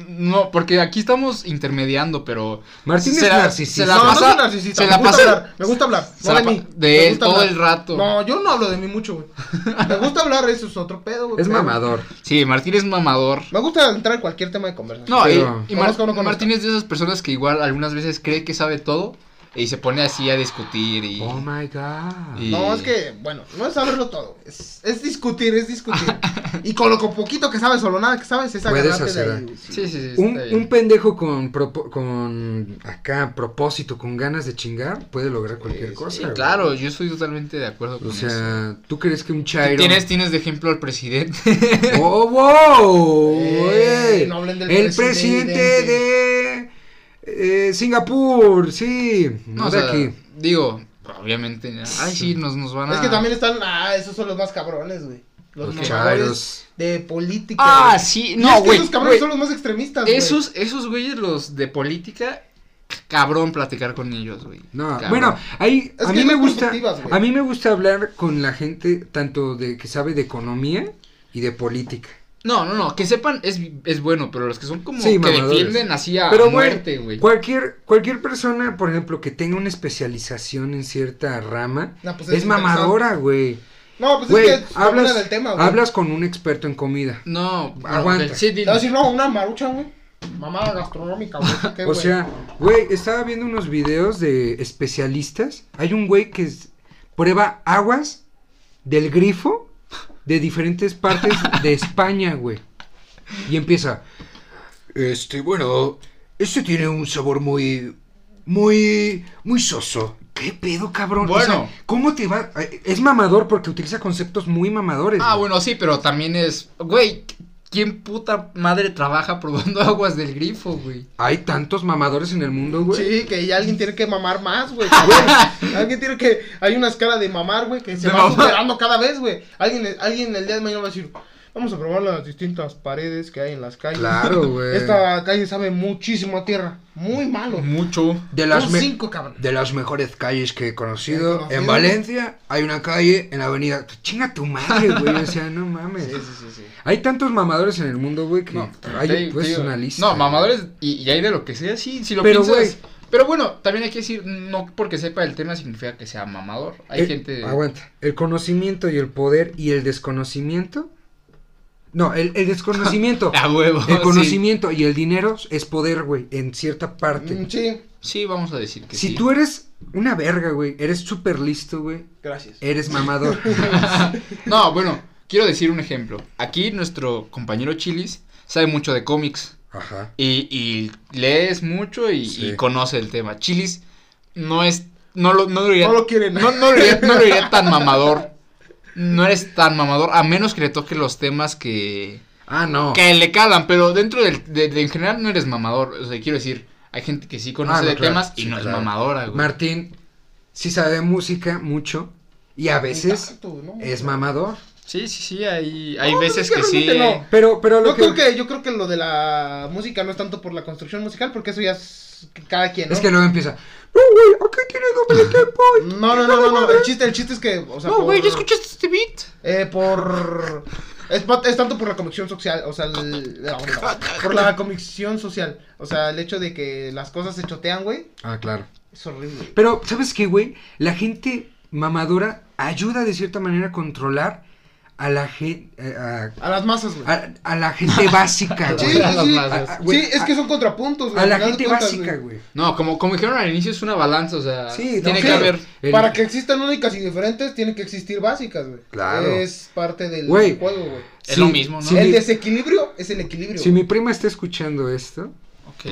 Speaker 1: No, porque aquí estamos intermediando, pero.
Speaker 2: Martín
Speaker 1: se
Speaker 2: es
Speaker 1: la-
Speaker 2: narcisista.
Speaker 1: Se la
Speaker 3: no,
Speaker 1: pasa,
Speaker 3: no soy narcisista.
Speaker 1: se la
Speaker 3: me gusta
Speaker 1: pasa-
Speaker 3: hablar. Me gusta hablar.
Speaker 1: se
Speaker 3: No
Speaker 1: la
Speaker 3: de
Speaker 1: pa-
Speaker 3: mí.
Speaker 1: de
Speaker 3: me
Speaker 1: él
Speaker 3: gusta
Speaker 1: todo el rato.
Speaker 3: No, yo no hablo de mí mucho, güey. Me gusta hablar, eso es otro pedo, güey.
Speaker 2: Es
Speaker 3: pero-
Speaker 2: mamador.
Speaker 1: Sí, Martín es mamador.
Speaker 3: Me gusta entrar en cualquier tema de conversación.
Speaker 1: No,
Speaker 2: Pero-
Speaker 1: y, y Mar-
Speaker 3: Conozco, no conozco.
Speaker 1: Martín es de esas personas que igual algunas veces cree que sabe todo y se pone así a discutir y.
Speaker 2: Oh my god.
Speaker 1: y-
Speaker 3: No, es que, bueno, no es saberlo todo. Es, es discutir, es discutir. y con lo co- poquito que sabes o lo nada que sabes, es
Speaker 2: Puedes
Speaker 3: agarrarte
Speaker 2: hacer
Speaker 3: de ahí.
Speaker 2: algo.
Speaker 3: güey, sí.
Speaker 1: Sí, sí, sí. está
Speaker 2: Un,
Speaker 1: bien.
Speaker 2: un pendejo con, propo- con acá propósito, con ganas de chingar, puede lograr cualquier
Speaker 3: Sí,
Speaker 2: cosa.
Speaker 1: Sí,
Speaker 2: güey.
Speaker 1: claro, yo estoy totalmente de acuerdo con
Speaker 2: O
Speaker 1: eso.
Speaker 2: sea, ¿tú crees que un chairo.
Speaker 1: Tienes, tienes de ejemplo al presidente.
Speaker 2: ¡Oh, wow!
Speaker 3: Ey,
Speaker 2: Ey.
Speaker 3: Eh, no hablen del
Speaker 2: el presidente, de eh, Singapur, sí. No,
Speaker 1: No, o
Speaker 2: de
Speaker 1: sea,
Speaker 2: aquí.
Speaker 1: Digo, obviamente. Ay, sí, nos, nos van a.
Speaker 3: Es que también están, ah, esos son los más cabrones, güey. Los
Speaker 2: Los
Speaker 3: mamadores
Speaker 2: chairos.
Speaker 3: de política.
Speaker 1: Ah,
Speaker 3: güey.
Speaker 1: sí,
Speaker 3: Y es
Speaker 1: no,
Speaker 3: que
Speaker 1: güey.
Speaker 3: Esos
Speaker 1: güey,
Speaker 3: cabrones son los más extremistas, güey.
Speaker 1: Esos, esos güeyes, los de política, cabrón platicar con ellos, güey.
Speaker 2: No,
Speaker 1: Cabrón.
Speaker 2: bueno, ahí
Speaker 3: Es
Speaker 2: a
Speaker 3: que
Speaker 2: mí
Speaker 3: hay
Speaker 2: me
Speaker 3: dos
Speaker 2: gusta
Speaker 3: perspectivas, güey.
Speaker 2: a mí me gusta hablar con la gente tanto de que sabe de economía y de política.
Speaker 1: No, no, no, que sepan es, es bueno, pero los que son como
Speaker 2: Sí,
Speaker 1: que
Speaker 2: mamadores.
Speaker 1: defienden así
Speaker 3: Ah,
Speaker 1: a
Speaker 2: Pero güey,
Speaker 1: muerte, güey.
Speaker 2: cualquier cualquier persona, por ejemplo, que tenga una especialización en cierta rama
Speaker 3: No, pues, es
Speaker 2: es mamadora, güey.
Speaker 3: No, pues
Speaker 2: Güey,
Speaker 3: es que hablan del
Speaker 2: hablas
Speaker 3: tema, güey.
Speaker 2: hablas con un experto en comida.
Speaker 1: No, no,
Speaker 2: Aguanta.
Speaker 1: ok, sí,
Speaker 3: Te
Speaker 1: di-
Speaker 3: voy a decir, no, una marucha, güey. Mamá gastronómica, güey. ¿qué,
Speaker 2: O
Speaker 3: güey?
Speaker 2: sea, güey, estaba viendo unos videos de especialistas. Hay un güey que es- prueba aguas del grifo de diferentes partes de España, güey. Y empieza. Este, bueno, este tiene un sabor muy, muy, muy soso. ¿Qué pedo, cabrón? O sea,
Speaker 1: Bueno.
Speaker 2: ¿Cómo te va? Es mamador porque utiliza conceptos muy mamadores.
Speaker 1: Ah,
Speaker 2: güey.
Speaker 1: bueno, sí, pero también es. Güey, ¿quién puta madre trabaja probando aguas del grifo, güey?
Speaker 2: Hay tantos mamadores en el mundo, güey.
Speaker 3: Sí, que ya alguien tiene que mamar más, güey. cabrón. alguien tiene que. Hay una escala de mamar, güey, que se
Speaker 1: De
Speaker 3: va
Speaker 1: mamar.
Speaker 3: superando cada vez, güey. Alguien, alguien el día de mañana va a decir. Vamos a probar las distintas paredes que hay en las calles.
Speaker 2: Claro, güey.
Speaker 3: Esta calle sabe muchísimo a tierra. Muy malo.
Speaker 1: Mucho.
Speaker 2: De las
Speaker 3: Son
Speaker 2: me-
Speaker 3: cinco, cabrón.
Speaker 2: De las mejores calles que he
Speaker 3: Que he
Speaker 2: conocido,
Speaker 3: conocido.
Speaker 2: en Valencia hay una calle en la avenida. Chinga tu madre, güey. O sea, no mames.
Speaker 3: Sí, sí, sí, sí.
Speaker 2: Hay tantos mamadores en el mundo, güey, que
Speaker 1: No,
Speaker 2: hay
Speaker 1: te-
Speaker 2: pues
Speaker 1: te digo,
Speaker 2: una lista.
Speaker 1: No, mamadores y, y hay de lo que sea, sí, si lo
Speaker 2: Pero,
Speaker 1: piensas.
Speaker 2: güey.
Speaker 1: Pero bueno, también hay que decir, no porque sepa el tema significa que sea mamador. Hay
Speaker 2: El-
Speaker 1: gente.
Speaker 2: Aguanta. El conocimiento y el poder y el desconocimiento No, el, el desconocimiento.
Speaker 1: A huevo.
Speaker 2: el
Speaker 1: Ah, sí.
Speaker 2: conocimiento y el dinero es poder, güey, en cierta parte.
Speaker 3: Mm, Sí,
Speaker 1: Sí, vamos a decir que
Speaker 2: si
Speaker 1: sí.
Speaker 2: tú eres una verga, güey, eres súper listo, güey,
Speaker 3: gracias.
Speaker 2: eres mamador.
Speaker 1: No, bueno, quiero decir un ejemplo. Aquí nuestro compañero Chilis sabe mucho de cómics.
Speaker 2: Ajá.
Speaker 1: Y, y lees mucho y,
Speaker 2: Sí.
Speaker 1: y conoce el tema. Chilis no es. No lo, no lo
Speaker 2: Eh,
Speaker 1: diría.
Speaker 3: No lo quieren.
Speaker 1: no- no lo diría- no lo diría tan mamador. No eres tan mamador, a menos que le toque los temas que.
Speaker 2: Ah, no.
Speaker 1: que le calan, pero dentro del, de, de- en general no eres mamador. O sea, quiero decir, hay gente que sí conoce
Speaker 2: Ah, no,
Speaker 1: de
Speaker 2: claro,
Speaker 1: temas y
Speaker 2: sí,
Speaker 1: no es
Speaker 2: claro.
Speaker 1: mamadora, güey.
Speaker 2: Martín sí sabe de música mucho y a veces
Speaker 3: Exacto, no.
Speaker 2: es mamador.
Speaker 1: Sí, sí, sí, hay, hay
Speaker 3: No, pues
Speaker 1: veces
Speaker 3: es
Speaker 1: que,
Speaker 3: que
Speaker 1: sí.
Speaker 3: realmente
Speaker 1: eh.
Speaker 3: no.
Speaker 2: Pero, pero lo
Speaker 3: Yo creo que, yo creo que lo de la música no es tanto por la construcción musical, porque eso ya es cada quien, ¿no?
Speaker 2: Es que luego empieza. No, güey, aquí tiene doble tempo.
Speaker 3: No, no, no, no, no, El chiste, el chiste es que, o sea,
Speaker 1: No,
Speaker 3: por-
Speaker 1: güey, ¿ya escuchaste este beat?
Speaker 3: Eh, por... Es, pa- es tanto por la convicción social, o sea, el- la- por la convicción social, o sea, el hecho de que las cosas se chotean, güey,
Speaker 2: Ah, claro.
Speaker 3: es horrible.
Speaker 2: Pero, ¿sabes qué, güey? La gente mamadora ayuda de cierta manera a controlar a la gente. A,
Speaker 3: A las masas, güey.
Speaker 2: a- a la gente básica,
Speaker 3: Sí,
Speaker 2: güey.
Speaker 3: sí,
Speaker 1: a las
Speaker 3: sí.
Speaker 1: masas.
Speaker 2: A- a- güey,
Speaker 3: Sí, es que son contrapuntos, güey.
Speaker 2: A la
Speaker 3: al final
Speaker 2: gente
Speaker 3: de cuentas,
Speaker 2: básica, güey.
Speaker 1: No, como, como dijeron al inicio, es una balanza, o sea,
Speaker 2: Sí, no,
Speaker 1: tiene
Speaker 3: sí.
Speaker 1: que haber.
Speaker 2: El-
Speaker 3: Para que existan únicas y diferentes, tienen que existir básicas, güey.
Speaker 2: Claro.
Speaker 3: Es parte del
Speaker 2: Güey.
Speaker 3: juego, güey.
Speaker 1: Es lo mismo, ¿no?
Speaker 2: Si,
Speaker 1: Sí,
Speaker 3: el
Speaker 2: mi,
Speaker 3: desequilibrio es el equilibrio.
Speaker 2: si mi prima está escuchando esto,
Speaker 1: Ok.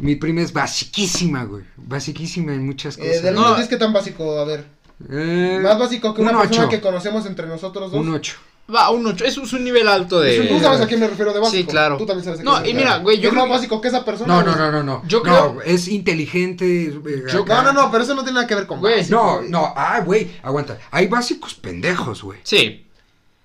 Speaker 2: mi prima es basiquísima, güey. Basiquísima en muchas
Speaker 3: Eh,
Speaker 2: cosas.
Speaker 3: del
Speaker 1: No.
Speaker 3: uno al diez, ¿qué tan básico? A ver.
Speaker 2: Eh,
Speaker 3: Más básico que una
Speaker 2: un
Speaker 3: persona
Speaker 2: ocho.
Speaker 3: que conocemos entre nosotros dos.
Speaker 2: Un 8.
Speaker 1: Va, un 8. Es, es un nivel alto de.
Speaker 3: Tú sabes a quién me refiero de básico.
Speaker 1: Sí, claro.
Speaker 3: Tú también sabes a
Speaker 1: No,
Speaker 3: quién me
Speaker 1: y
Speaker 3: refiero.
Speaker 1: mira, güey, yo
Speaker 3: Es
Speaker 1: creo
Speaker 3: más
Speaker 1: que-
Speaker 3: básico que esa persona.
Speaker 2: No,
Speaker 3: güey.
Speaker 2: no, no, no, no.
Speaker 1: Yo
Speaker 2: No,
Speaker 1: creo-
Speaker 2: es inteligente. eh,
Speaker 1: Yo-
Speaker 2: acá.
Speaker 3: No, no, no, pero eso no tiene nada que ver con
Speaker 1: Güey.
Speaker 3: básico.
Speaker 2: No, no, ah, güey, aguanta. Hay básicos pendejos, güey.
Speaker 1: Sí.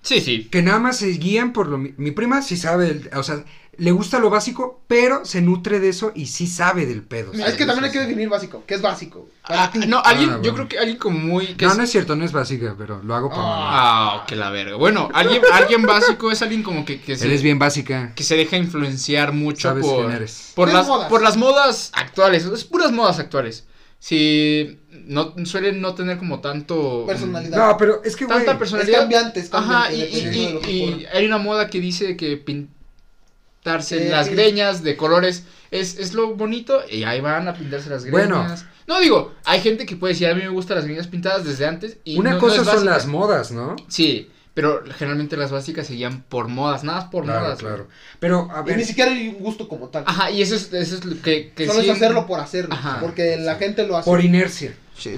Speaker 1: Sí, sí.
Speaker 2: Que nada más se guían por lo... mi- Mi prima sí sabe, el- o sea, le gusta lo básico, pero se nutre de eso y sí sabe del pedo.
Speaker 3: Es que también hay que definir básico. ¿Qué es básico? Para
Speaker 1: Ah,
Speaker 3: ti.
Speaker 1: no, alguien,
Speaker 2: Ah,
Speaker 1: yo
Speaker 2: bueno.
Speaker 1: creo que alguien como muy. Que
Speaker 2: No,
Speaker 1: es-
Speaker 2: no es cierto, no es básica, pero lo hago para...
Speaker 3: Ah.
Speaker 2: mamar.
Speaker 1: Ah, que la verga. Bueno, alguien, alguien básico es alguien como que, que se,
Speaker 2: Eres bien básica.
Speaker 1: que se deja influenciar mucho
Speaker 2: Sabes
Speaker 1: por.
Speaker 2: quién eres.
Speaker 1: Por
Speaker 3: ¿Qué
Speaker 1: las,
Speaker 3: modas?
Speaker 1: por las modas actuales, es puras modas actuales. Si no suelen no tener como tanto mm,
Speaker 3: Personalidad.
Speaker 2: No, pero es que, güey...
Speaker 1: tanta personalidad.
Speaker 3: Es cambiante, es cambiante,
Speaker 1: Ajá, y, y-
Speaker 3: dependiendo de lo que
Speaker 1: y- y
Speaker 3: ocurra.
Speaker 1: hay una moda que dice que pintarse
Speaker 3: Sí.
Speaker 1: las greñas de colores es, es lo bonito y ahí van a pintarse las greñas.
Speaker 2: Bueno.
Speaker 1: No digo, hay gente que puede decir, a mí me gustan las greñas pintadas desde antes y
Speaker 2: Una
Speaker 1: no- no
Speaker 2: cosa
Speaker 1: es
Speaker 2: son
Speaker 1: básica".
Speaker 2: las modas, ¿no?
Speaker 1: Sí, pero generalmente las básicas se guían por modas, nada más por
Speaker 2: Claro,
Speaker 1: modas.
Speaker 2: claro.
Speaker 1: güey.
Speaker 2: Pero, a
Speaker 3: Y ni
Speaker 2: ver...
Speaker 3: siquiera hay un gusto como tal.
Speaker 1: Ajá, y eso es, eso es lo que, que
Speaker 3: Solo
Speaker 1: sí-
Speaker 3: es hacerlo por hacerlo.
Speaker 1: Ajá.
Speaker 3: Porque la gente lo hace.
Speaker 2: Por inercia.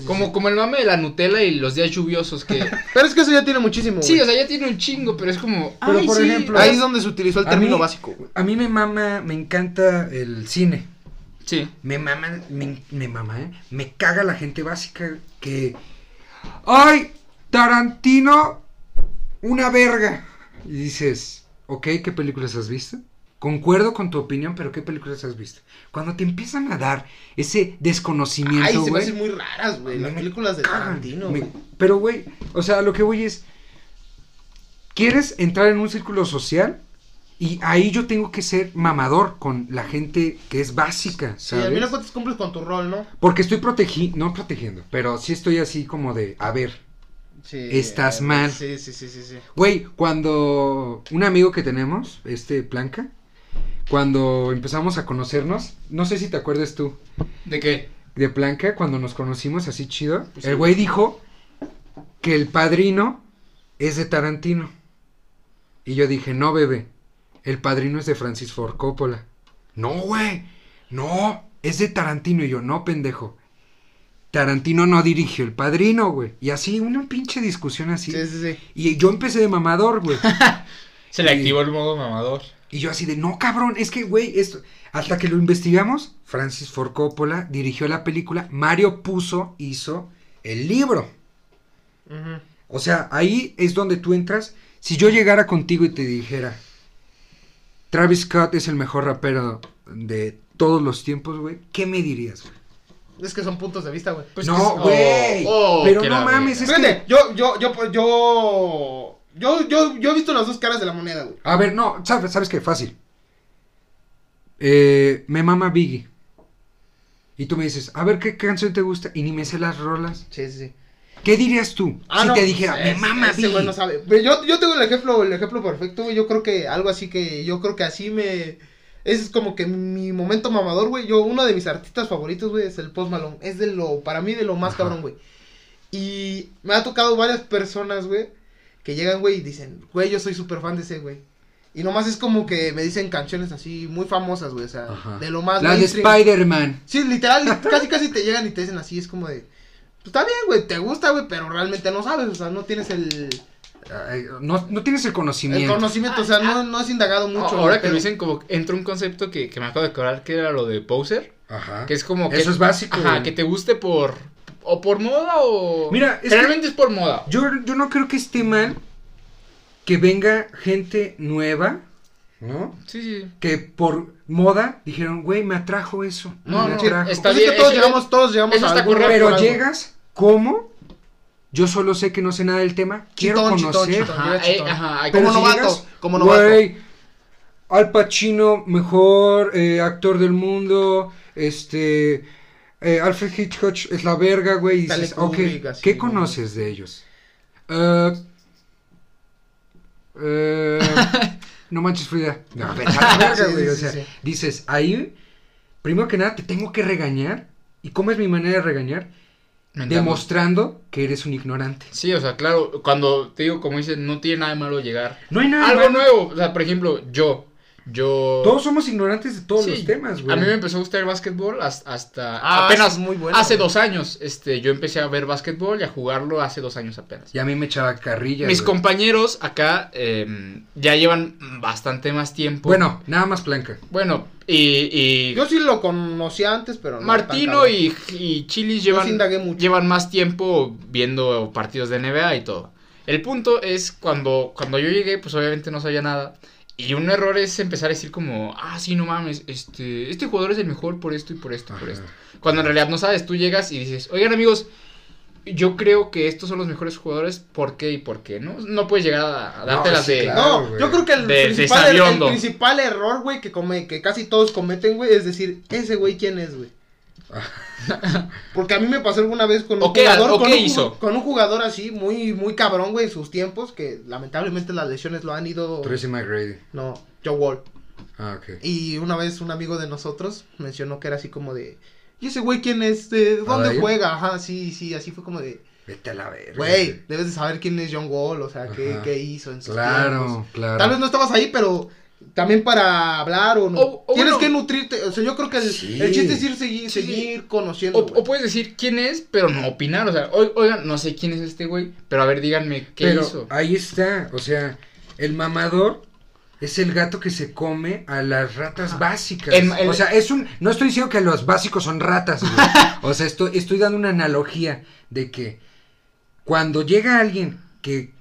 Speaker 1: Como, como el mame de la Nutella y los días lluviosos que...
Speaker 3: Pero es que eso ya tiene muchísimo.
Speaker 1: sí,
Speaker 3: güey.
Speaker 1: o sea, ya tiene un chingo, pero es como...
Speaker 2: Pero,
Speaker 1: "Ay,
Speaker 2: por
Speaker 1: sí".
Speaker 2: ejemplo,
Speaker 3: Ahí es donde se utilizó el
Speaker 2: A
Speaker 3: término
Speaker 2: mí-
Speaker 3: básico. güey.
Speaker 2: A mí me mama, me encanta el cine.
Speaker 1: Sí.
Speaker 2: Me mama, me, me mama, ¿eh? Me caga la gente básica que... ¡Ay! Tarantino, una verga. Y dices, ok, ¿qué películas has visto? Concuerdo con tu opinión, pero ¿qué películas has visto? Cuando te empiezan a dar ese desconocimiento,
Speaker 3: Ay, se me
Speaker 2: güey,
Speaker 3: hacen muy raras, güey.
Speaker 2: me-
Speaker 3: Las
Speaker 2: me
Speaker 3: películas de
Speaker 2: cagan.
Speaker 3: Tarantino.
Speaker 2: Me-
Speaker 3: güey.
Speaker 2: Pero, güey, o sea, lo que voy es... ¿Quieres entrar en un círculo social? Y ahí yo tengo que ser mamador con la gente que es básica,
Speaker 3: Sí,
Speaker 2: ¿sabes?
Speaker 3: al final cuentas cumples con tu rol, ¿no?
Speaker 2: Porque estoy protegiendo, no protegiendo, pero sí estoy así como de, a ver,
Speaker 3: Sí.
Speaker 2: Estás
Speaker 3: eh,
Speaker 2: mal.
Speaker 3: Sí, sí, sí, sí. sí.
Speaker 2: güey, cuando un amigo que tenemos, este Blanca, cuando empezamos a conocernos, no sé si te acuerdas tú
Speaker 1: ¿De qué?
Speaker 2: de Blanca, cuando nos conocimos así chido,
Speaker 1: Pues sí.
Speaker 2: el güey dijo que el padrino es de Tarantino. Y yo dije, no, bebé, el padrino es de Francis Ford Coppola. No, güey, no, es de Tarantino. Y yo, no, pendejo. Tarantino no dirigió el padrino, güey. Y así, una pinche discusión así.
Speaker 3: Sí, sí, sí.
Speaker 2: Y yo empecé de mamador, güey.
Speaker 1: Se le
Speaker 2: Y-
Speaker 1: activó el modo mamador.
Speaker 2: Y yo así de, no, cabrón, es que, güey, esto... Hasta que lo investigamos, Francis Ford Coppola dirigió la película, Mario Puzo hizo el libro.
Speaker 3: Ujú.
Speaker 2: O sea, ahí es donde tú entras. Si yo llegara contigo y te dijera, Travis Scott es el mejor rapero de todos los tiempos, güey, ¿qué me dirías, güey?
Speaker 3: Es que son puntos de vista, güey.
Speaker 1: Pues
Speaker 2: no,
Speaker 1: que-
Speaker 2: güey.
Speaker 1: Oh, oh,
Speaker 2: pero
Speaker 1: que
Speaker 2: no
Speaker 1: la
Speaker 2: mames,
Speaker 1: verga.
Speaker 2: es
Speaker 3: Fíjate,
Speaker 2: que...
Speaker 3: yo, yo, yo, pues, yo, yo, yo, yo he visto las dos caras de la moneda, güey.
Speaker 2: A ver, no, sabes, sabes qué, fácil. Eh, me mama Biggie. Y tú me dices, a ver qué canción te gusta. Y ni me sé las rolas.
Speaker 3: Sí, sí, sí.
Speaker 2: ¿Qué dirías tú si te dijera,
Speaker 3: pues,
Speaker 2: me mama
Speaker 3: ese
Speaker 2: Billy"?
Speaker 3: güey no sabe. Pero yo, yo tengo el ejemplo, el ejemplo perfecto, güey. Yo creo que algo así que. Yo creo que así me. ese Es como que mi momento mamador, güey. Yo, uno de mis artistas favoritos, güey, es el Post Malone. Es de lo, para mí, de lo más
Speaker 2: Ajá.
Speaker 3: cabrón, güey. Y me ha tocado varias personas, güey, que llegan, güey, y dicen, güey, yo soy súper fan de ese, güey. Y nomás es como que me dicen canciones así muy famosas, güey. O sea,
Speaker 2: Ajá.
Speaker 3: de lo más
Speaker 2: La de
Speaker 3: mainstream.
Speaker 2: Spider-Man.
Speaker 3: Sí, literal, casi casi te llegan y te dicen así, es como de, pues está bien, güey, te gusta, güey, pero realmente no sabes, o sea, no tienes el,
Speaker 2: Ay, No, no tienes el
Speaker 3: el
Speaker 2: conocimiento.
Speaker 3: conocimiento, o sea, no, no has indagado mucho.
Speaker 1: Ah, Ahora
Speaker 3: güey,
Speaker 1: que lo
Speaker 3: pero-
Speaker 1: dicen, como que entra un concepto que, que me acabo de acordar que era lo de poser.
Speaker 2: Ajá.
Speaker 1: Que es como que.
Speaker 2: Eso es básico.
Speaker 1: Ajá,
Speaker 2: güey.
Speaker 1: que te guste por. O por moda o.
Speaker 2: Mira, es
Speaker 1: Generalmente es por moda.
Speaker 2: Yo, yo no creo que esté mal que venga gente nueva, ¿no?
Speaker 1: Sí, sí.
Speaker 2: Que por moda dijeron, güey, me atrajo eso.
Speaker 1: No,
Speaker 2: me
Speaker 1: no,
Speaker 2: atrajo".
Speaker 1: está
Speaker 3: Pues es
Speaker 1: bien,
Speaker 3: que todos
Speaker 1: eso-
Speaker 3: llegamos, todos llegamos
Speaker 1: eso está
Speaker 3: algún lugar
Speaker 2: Pero
Speaker 3: por algo.
Speaker 2: llegas, ¿cómo? Yo solo sé que no sé nada del tema. Quiero
Speaker 3: Chitón, chitón,
Speaker 2: conocer.
Speaker 3: chitón.
Speaker 1: Ajá,
Speaker 3: Mira,
Speaker 1: eh,
Speaker 3: chitón.
Speaker 1: ajá, hay
Speaker 2: Pero
Speaker 3: Como
Speaker 1: que-
Speaker 2: si
Speaker 3: novato,
Speaker 2: llegas,
Speaker 3: como novato.
Speaker 2: "Güey, Al Pacino, mejor eh, actor del mundo. Este. eh, Alfred Hitchcock es la verga, güey. y
Speaker 3: Stanley
Speaker 2: dices, ok,
Speaker 3: Kubrick, así,
Speaker 2: ¿Qué
Speaker 3: güey.
Speaker 2: conoces de ellos? Eh, eh, no manches, Frida. No, vete a la verga,
Speaker 3: Sí,
Speaker 2: güey, o
Speaker 3: sí,
Speaker 2: sea,
Speaker 3: sí.
Speaker 2: dices, ahí, primero que nada, te tengo que regañar. ¿Y cómo es mi manera de regañar?
Speaker 1: Mentamos.
Speaker 2: Demostrando que eres un ignorante.
Speaker 1: Sí, o sea, claro, cuando te digo, como dices, no tiene nada de malo llegar.
Speaker 2: No hay nada.
Speaker 1: Algo
Speaker 2: malo.
Speaker 1: nuevo. O sea, por ejemplo, yo. Yo.
Speaker 2: Todos somos ignorantes de todos
Speaker 1: Sí,
Speaker 2: los temas, güey.
Speaker 1: A mí me empezó a gustar el básquetbol has- hasta,
Speaker 3: Ah,
Speaker 1: Ah, apenas
Speaker 3: es muy bueno,
Speaker 1: hace
Speaker 3: güey.
Speaker 1: dos años. Este, yo empecé a ver básquetbol y a jugarlo hace dos años apenas.
Speaker 2: Y a mí me echaba carrilla.
Speaker 1: Mis
Speaker 2: güey.
Speaker 1: compañeros acá em, ya llevan bastante más tiempo.
Speaker 2: Bueno, nada más Blanca.
Speaker 1: bueno y, y
Speaker 3: Yo sí lo conocía antes, pero no.
Speaker 1: Martino
Speaker 3: tan
Speaker 1: y, y Chilis
Speaker 3: Yo sí
Speaker 1: llevan,
Speaker 3: indagué mucho.
Speaker 1: llevan más tiempo viendo partidos de NBA y todo. El punto es cuando, cuando yo llegué, pues obviamente no sabía nada. Y un error es empezar a decir como, ah, sí, no mames, este, este jugador es el mejor por esto y por esto y por
Speaker 2: Ajá.
Speaker 1: esto. Cuando en realidad no sabes, tú llegas y dices, oigan amigos, yo creo que estos son los mejores jugadores, ¿por qué y por qué? No, no puedes llegar a, a dártelas
Speaker 2: sí,
Speaker 1: de...
Speaker 2: claro.
Speaker 3: No,
Speaker 2: güey.
Speaker 3: yo creo que el,
Speaker 1: De- de
Speaker 3: principal, er-, el- el
Speaker 1: sabiondo.
Speaker 3: principal error, güey, que, come- que casi todos cometen, güey, es decir, ese güey, ¿quién es, güey? Porque a mí me pasó alguna vez con un
Speaker 1: ¿O qué-
Speaker 3: jugador,
Speaker 1: o
Speaker 3: con,
Speaker 1: qué
Speaker 3: un, ju-
Speaker 1: hizo?
Speaker 3: con un jugador así, muy, muy cabrón, güey, en sus tiempos, que lamentablemente las lesiones lo han ido...
Speaker 2: Tracy McGrady.
Speaker 3: No, Joe Wall.
Speaker 2: Ah, ok.
Speaker 3: Y una vez un amigo de nosotros mencionó que era así como de... ¿Y ese güey quién es? ¿De dónde
Speaker 2: Alain?
Speaker 3: juega? Ajá, sí, sí, así fue como de...
Speaker 2: Vete a la verga.
Speaker 3: Güey, debes de saber quién es John Wall, o sea, qué,
Speaker 2: Ajá.
Speaker 3: qué hizo en sus tiempos".
Speaker 2: Claro, claro.
Speaker 3: Tal vez no estabas ahí, pero también para hablar o no.
Speaker 1: O- o
Speaker 3: Tienes
Speaker 1: bueno.
Speaker 3: que nutrirte. O sea, yo creo que el,
Speaker 2: Sí.
Speaker 3: el chiste es ir seguir,
Speaker 1: Sí, sí.
Speaker 3: seguir conociendo.
Speaker 1: O,
Speaker 3: güey.
Speaker 1: o puedes decir quién es, pero no opinar. O sea, "Oi- oigan, no sé quién es este güey, pero a ver, díganme qué
Speaker 2: Pero
Speaker 1: hizo.
Speaker 2: ahí está. O sea, el mamador es el gato que se come a las ratas básicas.
Speaker 1: Ah. El- el-
Speaker 2: O sea, es un. No estoy diciendo que los básicos son ratas, güey. o sea, estoy, estoy dando una analogía de que cuando llega alguien que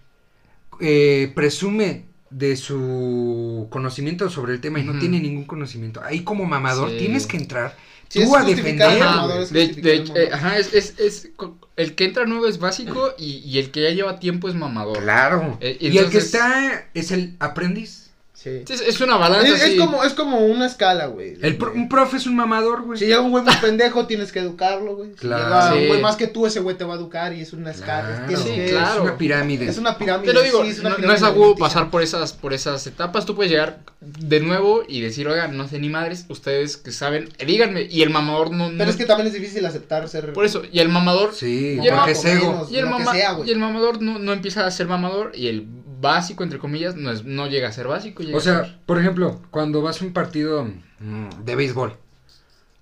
Speaker 2: eh, presume de su conocimiento sobre el tema y no
Speaker 1: Ujú.
Speaker 2: tiene ningún conocimiento, ahí como mamador
Speaker 1: Sí.
Speaker 2: tienes que entrar
Speaker 3: Sí,
Speaker 2: tú
Speaker 3: es
Speaker 2: a
Speaker 3: justificar al
Speaker 2: defender.
Speaker 1: Ajá,
Speaker 3: mamador,
Speaker 2: güey.
Speaker 3: es
Speaker 1: de-
Speaker 3: justificar
Speaker 1: de
Speaker 3: el
Speaker 1: hecho,
Speaker 3: mundo.
Speaker 1: eh, ajá, es, es- es co- el que entra nuevo es básico y, y el que ya lleva tiempo es mamador.
Speaker 2: Claro.
Speaker 1: Eh,
Speaker 2: y el que
Speaker 1: entonces-
Speaker 2: está es el aprendiz.
Speaker 3: Sí.
Speaker 1: Es, es una balanza.
Speaker 3: Es, es
Speaker 1: así.
Speaker 3: como, es como una escala, güey.
Speaker 2: El pro- un profe es un mamador, güey.
Speaker 3: Si llega un güey muy pendejo, tienes que educarlo, güey. Si
Speaker 2: Claro.
Speaker 3: llega
Speaker 1: Sí.
Speaker 3: un güey más que tú, ese güey te va a educar y es una escala.
Speaker 2: Claro.
Speaker 3: tienes
Speaker 1: Sí,
Speaker 3: que-
Speaker 1: claro.
Speaker 2: Es una pirámide.
Speaker 3: Es una pirámide.
Speaker 1: Te lo digo,
Speaker 3: sí, es una
Speaker 1: no, no
Speaker 3: pirámide
Speaker 1: es a huevo
Speaker 3: alimenticia.
Speaker 1: pasar por esas, por esas etapas. Tú puedes llegar de nuevo y decir, oigan, no sé ni madres, ustedes que saben, eh, díganme. Y el mamador no. no-
Speaker 3: Pero es que también es difícil aceptar ser.
Speaker 1: Por eso, y el mamador.
Speaker 2: Sí,
Speaker 1: Lleva
Speaker 2: porque es
Speaker 3: por
Speaker 2: ego.
Speaker 3: menos.
Speaker 1: Y el,
Speaker 3: pues, lo que
Speaker 1: mama-
Speaker 3: sea, güey.
Speaker 1: y el mamador no, no empieza a ser mamador y el básico, entre comillas, no, es, no llega a ser básico. llega
Speaker 2: O
Speaker 1: a ser-
Speaker 2: sea, por ejemplo, cuando vas a un partido mm, de béisbol,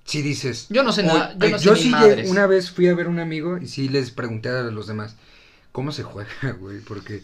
Speaker 2: si dices.
Speaker 1: yo no sé nada, yo
Speaker 2: "Oye,
Speaker 1: no sé
Speaker 2: yo
Speaker 1: ni
Speaker 2: sí
Speaker 1: madres.
Speaker 2: lle- una vez fui a ver a un amigo y sí les pregunté a los demás, ¿cómo se juega, güey? Porque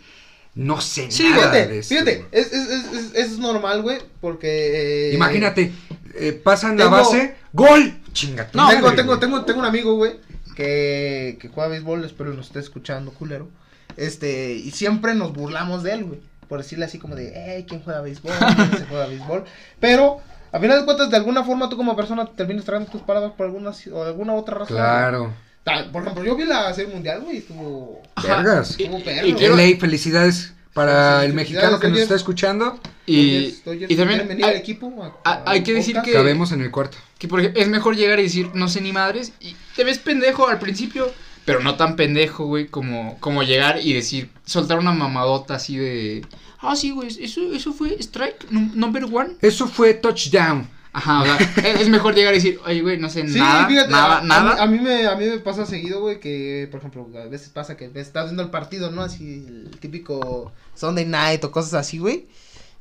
Speaker 2: no sé
Speaker 1: Sí,
Speaker 2: nada de
Speaker 3: Fíjate,
Speaker 2: esto,
Speaker 3: fíjate,
Speaker 2: güey.
Speaker 3: es, es, es, es- es normal, güey, porque... eh,
Speaker 2: Imagínate, eh, pasan la
Speaker 3: tengo-
Speaker 2: base, ¡gol! Chinga tu
Speaker 3: No,
Speaker 2: madre,
Speaker 3: tengo, tengo,
Speaker 2: güey.
Speaker 3: tengo, tengo un amigo, güey, que, que juega béisbol, espero lo esté escuchando, culero. Este, y siempre nos burlamos de él, güey. Por decirle así como de, hey, ¿quién juega béisbol? ¿Quién se juega béisbol? Pero, a final de cuentas, de alguna forma tú como persona terminas tragando tus palabras por alguna, ci- o alguna otra razón.
Speaker 2: Claro.
Speaker 3: güey. Ta- Por ejemplo, yo vi la serie mundial, güey, y estuvo...
Speaker 1: Ajá.
Speaker 2: Vergas.
Speaker 1: Y-
Speaker 3: Como
Speaker 1: y-
Speaker 3: perro.
Speaker 1: y
Speaker 3: Yo-
Speaker 1: quiero-
Speaker 2: LA, felicidades para
Speaker 3: Sí,
Speaker 2: el
Speaker 3: felicidades,
Speaker 2: mexicano que nos
Speaker 3: Dodgers.
Speaker 2: está escuchando.
Speaker 1: y,
Speaker 3: Dodgers- Dodgers
Speaker 1: y
Speaker 3: quieren
Speaker 1: también
Speaker 3: venir al
Speaker 1: hay,
Speaker 3: equipo a-
Speaker 1: hay- hay
Speaker 3: al
Speaker 1: que decir
Speaker 3: podcast.
Speaker 1: que-
Speaker 2: Cabemos en el cuarto.
Speaker 1: que por ej- es mejor llegar y decir no sé ni madres y te ves pendejo al principio, Pero no tan pendejo, güey, como, como llegar y decir, soltar una mamadota así de. Ah, sí, güey, eso, eso fue strike num- number one.
Speaker 2: Eso fue touchdown.
Speaker 1: Ajá, o sea, e-, es es mejor llegar y decir, oye, güey, no sé
Speaker 3: Sí,
Speaker 1: nada,
Speaker 3: fíjate,
Speaker 1: nada,
Speaker 3: a,
Speaker 1: nada.
Speaker 3: A, mí, a mí me, a mí me pasa seguido, güey, que, por ejemplo, a veces pasa que estás viendo el partido, ¿no? Así, el típico Sunday night o cosas así, güey.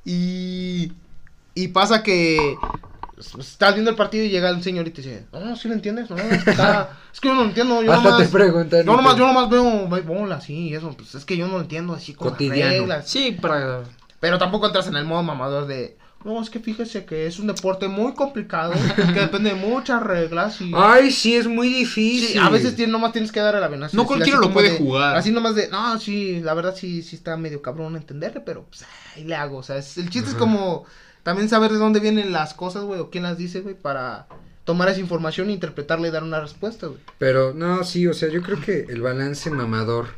Speaker 3: Y. Y pasa que. Estás viendo el partido y llega un señor y te dice, no, no, sí lo entiendes, no, es que, está- es que yo no lo entiendo, yo
Speaker 2: Hasta te
Speaker 3: nomás,
Speaker 2: preguntan.
Speaker 3: yo nomás, yo nomás veo béisbol así y eso, pues es que yo no lo entiendo así con las
Speaker 2: Cotidiano.
Speaker 3: reglas.
Speaker 1: Sí, para.
Speaker 3: Pero tampoco entras en el modo mamador de. No, es que fíjese que es un deporte muy complicado, que depende de muchas reglas
Speaker 1: Ah,
Speaker 3: y.
Speaker 2: Ay, sí, es muy difícil.
Speaker 3: Sí, a veces tiene- nomás tienes que dar a la venación.
Speaker 1: No cualquiera lo puede jugar.
Speaker 3: Así nomás de, no, sí, la verdad sí, sí está medio cabrón entenderle, pero pues ahí le hago. O sea, es- el chiste es como también saber de dónde vienen las cosas, güey, o quién las dice, güey, para tomar esa información, e interpretarla y dar una respuesta, güey.
Speaker 2: Pero no, sí, o sea, yo creo que el balance mamador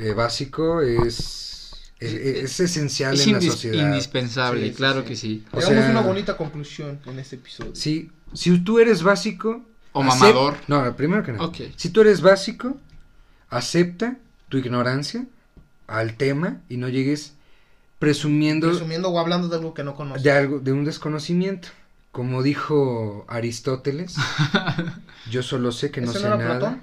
Speaker 2: eh, básico es, es, es esencial
Speaker 1: Es
Speaker 2: en la
Speaker 1: indis-
Speaker 2: sociedad.
Speaker 1: indispensable,
Speaker 3: Sí, sí,
Speaker 1: claro
Speaker 3: sí.
Speaker 1: que sí.
Speaker 2: O
Speaker 3: Llegamos
Speaker 2: sea-
Speaker 3: a una bonita conclusión en este episodio.
Speaker 2: Sí, si tú eres básico...
Speaker 1: O
Speaker 2: acep-
Speaker 1: mamador.
Speaker 2: No, primero que nada.
Speaker 1: Ok.
Speaker 2: Si tú eres básico, acepta tu ignorancia al tema y no llegues presumiendo
Speaker 3: Resumiendo o hablando de algo que no conoces.
Speaker 2: de algo, de un desconocimiento. Como dijo Aristóteles, yo solo sé que no
Speaker 3: ¿Ese
Speaker 2: sé
Speaker 3: no era
Speaker 2: nada.
Speaker 3: Platón?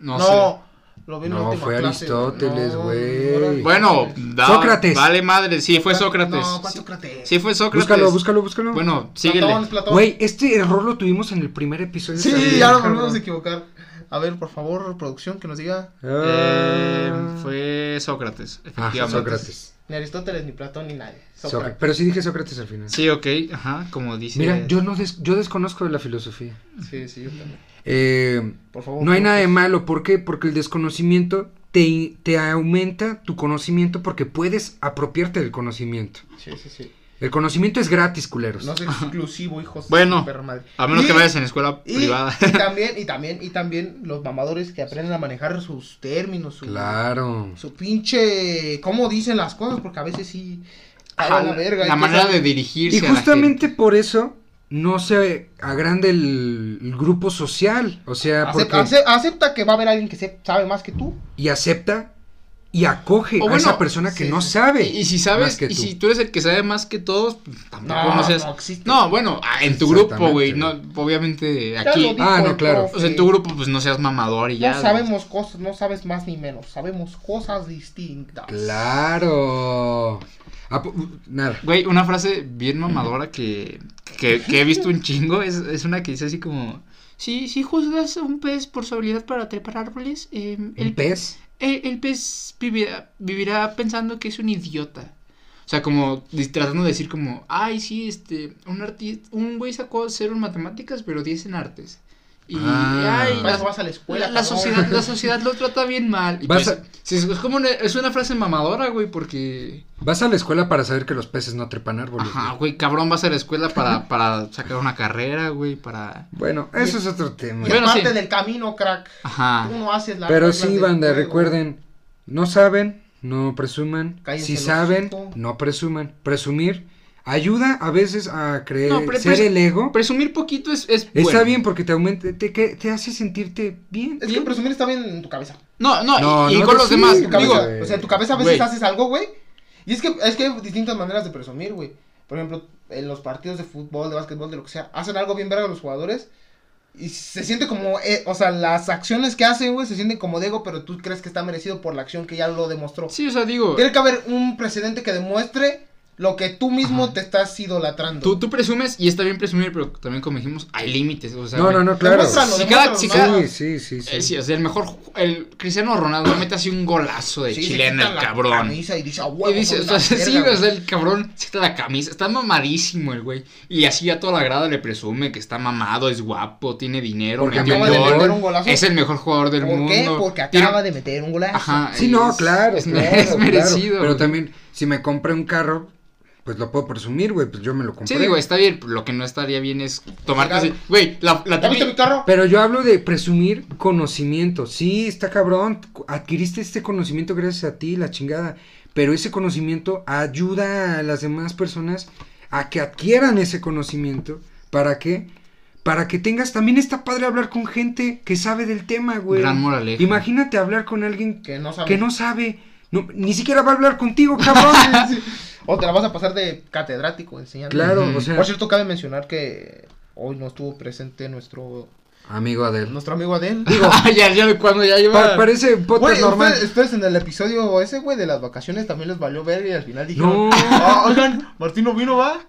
Speaker 1: No,
Speaker 3: No,
Speaker 1: sé.
Speaker 3: lo vi en la
Speaker 2: No,
Speaker 3: última
Speaker 2: fue
Speaker 3: clase, güey.
Speaker 2: Aristóteles,
Speaker 3: No,
Speaker 2: güey.
Speaker 3: no era
Speaker 1: Bueno,
Speaker 3: Aristóteles.
Speaker 1: da-
Speaker 2: Sócrates.
Speaker 1: Vale madre, sí, fue Sócrates.
Speaker 3: No, ¿cuál
Speaker 1: Sí-
Speaker 3: Sócrates?
Speaker 1: Sí, fue Sócrates.
Speaker 2: Búscalo, búscalo, búscalo.
Speaker 1: Bueno, síguele.
Speaker 3: Platón, Platón.
Speaker 2: Güey, este error lo tuvimos en el primer episodio.
Speaker 3: Sí,
Speaker 2: también,
Speaker 3: ya nos
Speaker 2: cabrón.
Speaker 3: volvemos a equivocar. A ver, por favor, producción, que nos diga
Speaker 1: Eh,
Speaker 2: Ah.
Speaker 1: fue Sócrates,
Speaker 2: Ah,
Speaker 1: efectivamente.
Speaker 2: Sócrates.
Speaker 3: ni Aristóteles, ni Platón, ni nadie.
Speaker 2: Sócrates.
Speaker 3: Sócrates.
Speaker 2: Pero sí dije Sócrates al final.
Speaker 1: Sí, ok, ajá, como dice.
Speaker 2: Mira, yo no des- yo desconozco de la filosofía.
Speaker 3: Sí, sí, yo también.
Speaker 2: Eh,
Speaker 3: Por favor.
Speaker 2: no hay nada de
Speaker 3: producción.
Speaker 2: malo, ¿por qué? Porque el desconocimiento te, te aumenta tu conocimiento porque puedes apropiarte del conocimiento.
Speaker 3: Sí, sí, sí.
Speaker 2: El conocimiento es gratis, culeros.
Speaker 3: No es exclusivo, hijos. de
Speaker 1: Bueno,
Speaker 3: su perra madre.
Speaker 1: A menos
Speaker 3: Y-
Speaker 1: que vayas en escuela
Speaker 3: y,
Speaker 1: privada.
Speaker 3: y también, y también, y también los mamadores que aprenden a manejar sus términos, su,
Speaker 2: Claro.
Speaker 3: su pinche. cómo dicen las cosas, porque a veces sí.
Speaker 1: Ajá,
Speaker 3: cagan la verga.
Speaker 1: la
Speaker 3: y
Speaker 1: manera de
Speaker 3: piensan-
Speaker 1: dirigirse.
Speaker 2: Y
Speaker 1: a la
Speaker 2: justamente por eso no se agranda el, el grupo social. O sea,
Speaker 3: Acep-
Speaker 2: porque...
Speaker 3: ace- acepta que va a haber alguien que se- sabe más que tú.
Speaker 2: y acepta y acoge
Speaker 1: O
Speaker 2: a
Speaker 1: bueno,
Speaker 2: esa persona que
Speaker 3: sí,
Speaker 2: no
Speaker 3: sí.
Speaker 1: gente.
Speaker 2: sabe.
Speaker 1: Y, y si
Speaker 2: más
Speaker 1: sabes,
Speaker 2: que
Speaker 1: y
Speaker 2: tú.
Speaker 1: si tú eres el que sabe más que todos, pues, tampoco no, seas. No,
Speaker 3: Ah, existe.
Speaker 1: bueno, ah, en tu grupo, güey. No,
Speaker 2: Exactamente.
Speaker 1: obviamente
Speaker 3: Ya lo
Speaker 1: aquí.
Speaker 3: dijo
Speaker 2: Ah, no,
Speaker 3: el
Speaker 2: claro.
Speaker 1: O sea, en tu grupo, pues no seas mamador y
Speaker 3: No
Speaker 1: ya.
Speaker 3: sabemos cosas, no sabes más ni menos, sabemos cosas distintas.
Speaker 2: Claro. Ah, pu- Nada.
Speaker 1: Güey, una frase bien mamadora que, que, que he visto un chingo es, es una que dice así como... Si, si juzgas a un pez por su habilidad para trepar árboles, eh,
Speaker 2: El
Speaker 1: el,
Speaker 2: pez.
Speaker 1: el, el pez vivirá, vivirá pensando que es un idiota. O sea, como dis- tratando de decir como, ay, sí, este, un artista, un güey sacó cero en matemáticas, pero 10 en artes. Y,
Speaker 2: Ah.
Speaker 1: ay,
Speaker 3: Para
Speaker 1: las-
Speaker 3: eso vas a la escuela.
Speaker 1: la, la
Speaker 3: cabrón.
Speaker 1: sociedad, la sociedad lo trata bien mal. Y
Speaker 2: Vas
Speaker 1: pues, sí, es, es como una- es una frase mamadora, güey, porque...
Speaker 2: Vas a la escuela para saber que los peces no trepan árboles.
Speaker 1: Ajá,
Speaker 2: güey.
Speaker 1: güey, cabrón, vas a la escuela para, para sacar una carrera, güey, para...
Speaker 2: Bueno, eso es otro tema.
Speaker 3: Y es
Speaker 1: Bueno,
Speaker 3: parte
Speaker 1: sí.
Speaker 3: del camino, crack.
Speaker 1: Ajá.
Speaker 3: Tú no haces la
Speaker 2: Ah. Pero sí, banda, recuerden, no saben, no presuman.
Speaker 3: Cállense
Speaker 2: si
Speaker 3: el
Speaker 2: saben,
Speaker 3: hocico.
Speaker 2: no presuman. Presumir ayuda a veces a creer
Speaker 1: No, pre-
Speaker 2: ser
Speaker 1: pres-
Speaker 2: el ego.
Speaker 1: Presumir poquito es... es
Speaker 2: Está
Speaker 1: bueno.
Speaker 2: bien porque te aumenta, te, que- te hace sentirte bien.
Speaker 3: Es que presumir está bien en tu cabeza.
Speaker 1: No, no, y-
Speaker 2: No,
Speaker 1: y,
Speaker 2: no
Speaker 1: con los
Speaker 2: decir,
Speaker 1: demás,
Speaker 3: En tu cabeza,
Speaker 1: digo...
Speaker 2: güey.
Speaker 3: o sea, en tu cabeza a veces
Speaker 1: Güey.
Speaker 3: haces algo, güey. Y es que, es que hay distintas maneras de presumir, güey. Por ejemplo, en los partidos de fútbol, de básquetbol, de lo que sea, hacen algo bien verga los jugadores. Y se siente como, eh, o sea, las acciones que hacen, güey, se sienten como de ego, pero tú crees que está merecido por la acción que ya lo demostró.
Speaker 1: Sí, o sea, digo...
Speaker 3: Tiene que haber un precedente que demuestre lo que tú mismo te estás idolatrando.
Speaker 1: Tú, tú presumes y está bien presumir, pero también como dijimos, hay límites, o sea...
Speaker 2: No,
Speaker 1: güey.
Speaker 2: no, no, claro.
Speaker 3: Demuéstralo,
Speaker 1: Si cada-
Speaker 3: demuéstralo,
Speaker 1: si
Speaker 3: ¿no?
Speaker 1: cada-
Speaker 2: Sí, sí, sí, sí.
Speaker 1: Eh, sí, o sea, el mejor... ju- El Cristiano Ronaldo mete así un golazo de
Speaker 3: Sí, se
Speaker 1: chilena,
Speaker 3: quita
Speaker 1: el
Speaker 3: la
Speaker 1: cabrón.
Speaker 3: camisa y dice, "A huevo,
Speaker 1: Y dice,
Speaker 3: soy
Speaker 1: o sea,
Speaker 3: la
Speaker 1: sí,
Speaker 3: verga,
Speaker 1: o sea,
Speaker 3: güey".
Speaker 1: el cabrón se quita la camisa, está mamadísimo el güey. Y así a toda la grada le presume que está mamado, es guapo, tiene dinero,
Speaker 2: Porque
Speaker 1: metió
Speaker 3: acaba
Speaker 1: un
Speaker 3: de
Speaker 1: gol,
Speaker 3: meter un golazo.
Speaker 1: es el mejor jugador del
Speaker 3: ¿Por
Speaker 1: mundo.
Speaker 3: qué? Porque
Speaker 1: Tiene-
Speaker 3: acaba de meter un golazo.
Speaker 1: Ajá,
Speaker 2: Sí,
Speaker 1: es-
Speaker 2: no, claro.
Speaker 1: Es,
Speaker 2: claro,
Speaker 1: es
Speaker 2: claro.
Speaker 1: merecido.
Speaker 2: Pero
Speaker 1: güey.
Speaker 2: también, si me compré un carro, pues lo puedo presumir, güey, pues yo me lo compré.
Speaker 1: Sí, digo, está bien, lo que no estaría bien es tomarte así. Güey, la, la
Speaker 3: ¿Ya viste mi
Speaker 1: típica-
Speaker 3: carro?
Speaker 2: Pero yo hablo de presumir conocimiento. Sí, está cabrón. Adquiriste este conocimiento gracias a ti, la chingada. Pero ese conocimiento ayuda a las demás personas a que adquieran ese conocimiento. ¿Para qué? para que tengas. También está padre hablar con gente que sabe del tema, güey.
Speaker 1: Gran moraleja.
Speaker 2: Imagínate hablar con alguien
Speaker 3: Que no sabe.
Speaker 2: que no sabe. No, ni siquiera va a hablar contigo, cabrón.
Speaker 3: Sí. O te la vas a pasar de catedrático enseñando.
Speaker 2: claro,
Speaker 1: Ujú.
Speaker 2: o sea.
Speaker 3: Por cierto, cabe mencionar que hoy no estuvo presente nuestro
Speaker 2: Amigo Adel.
Speaker 3: nuestro amigo Adel.
Speaker 1: Ah, ya, ya, de cuando ya lleva.
Speaker 2: Pa- parece podcast
Speaker 3: Güey,
Speaker 2: normal.
Speaker 3: ustedes, ustedes en el episodio ese, güey, de las vacaciones también les valió ver y al final
Speaker 2: No.
Speaker 3: dijeron, "Ah, oigan, Martino vino, va.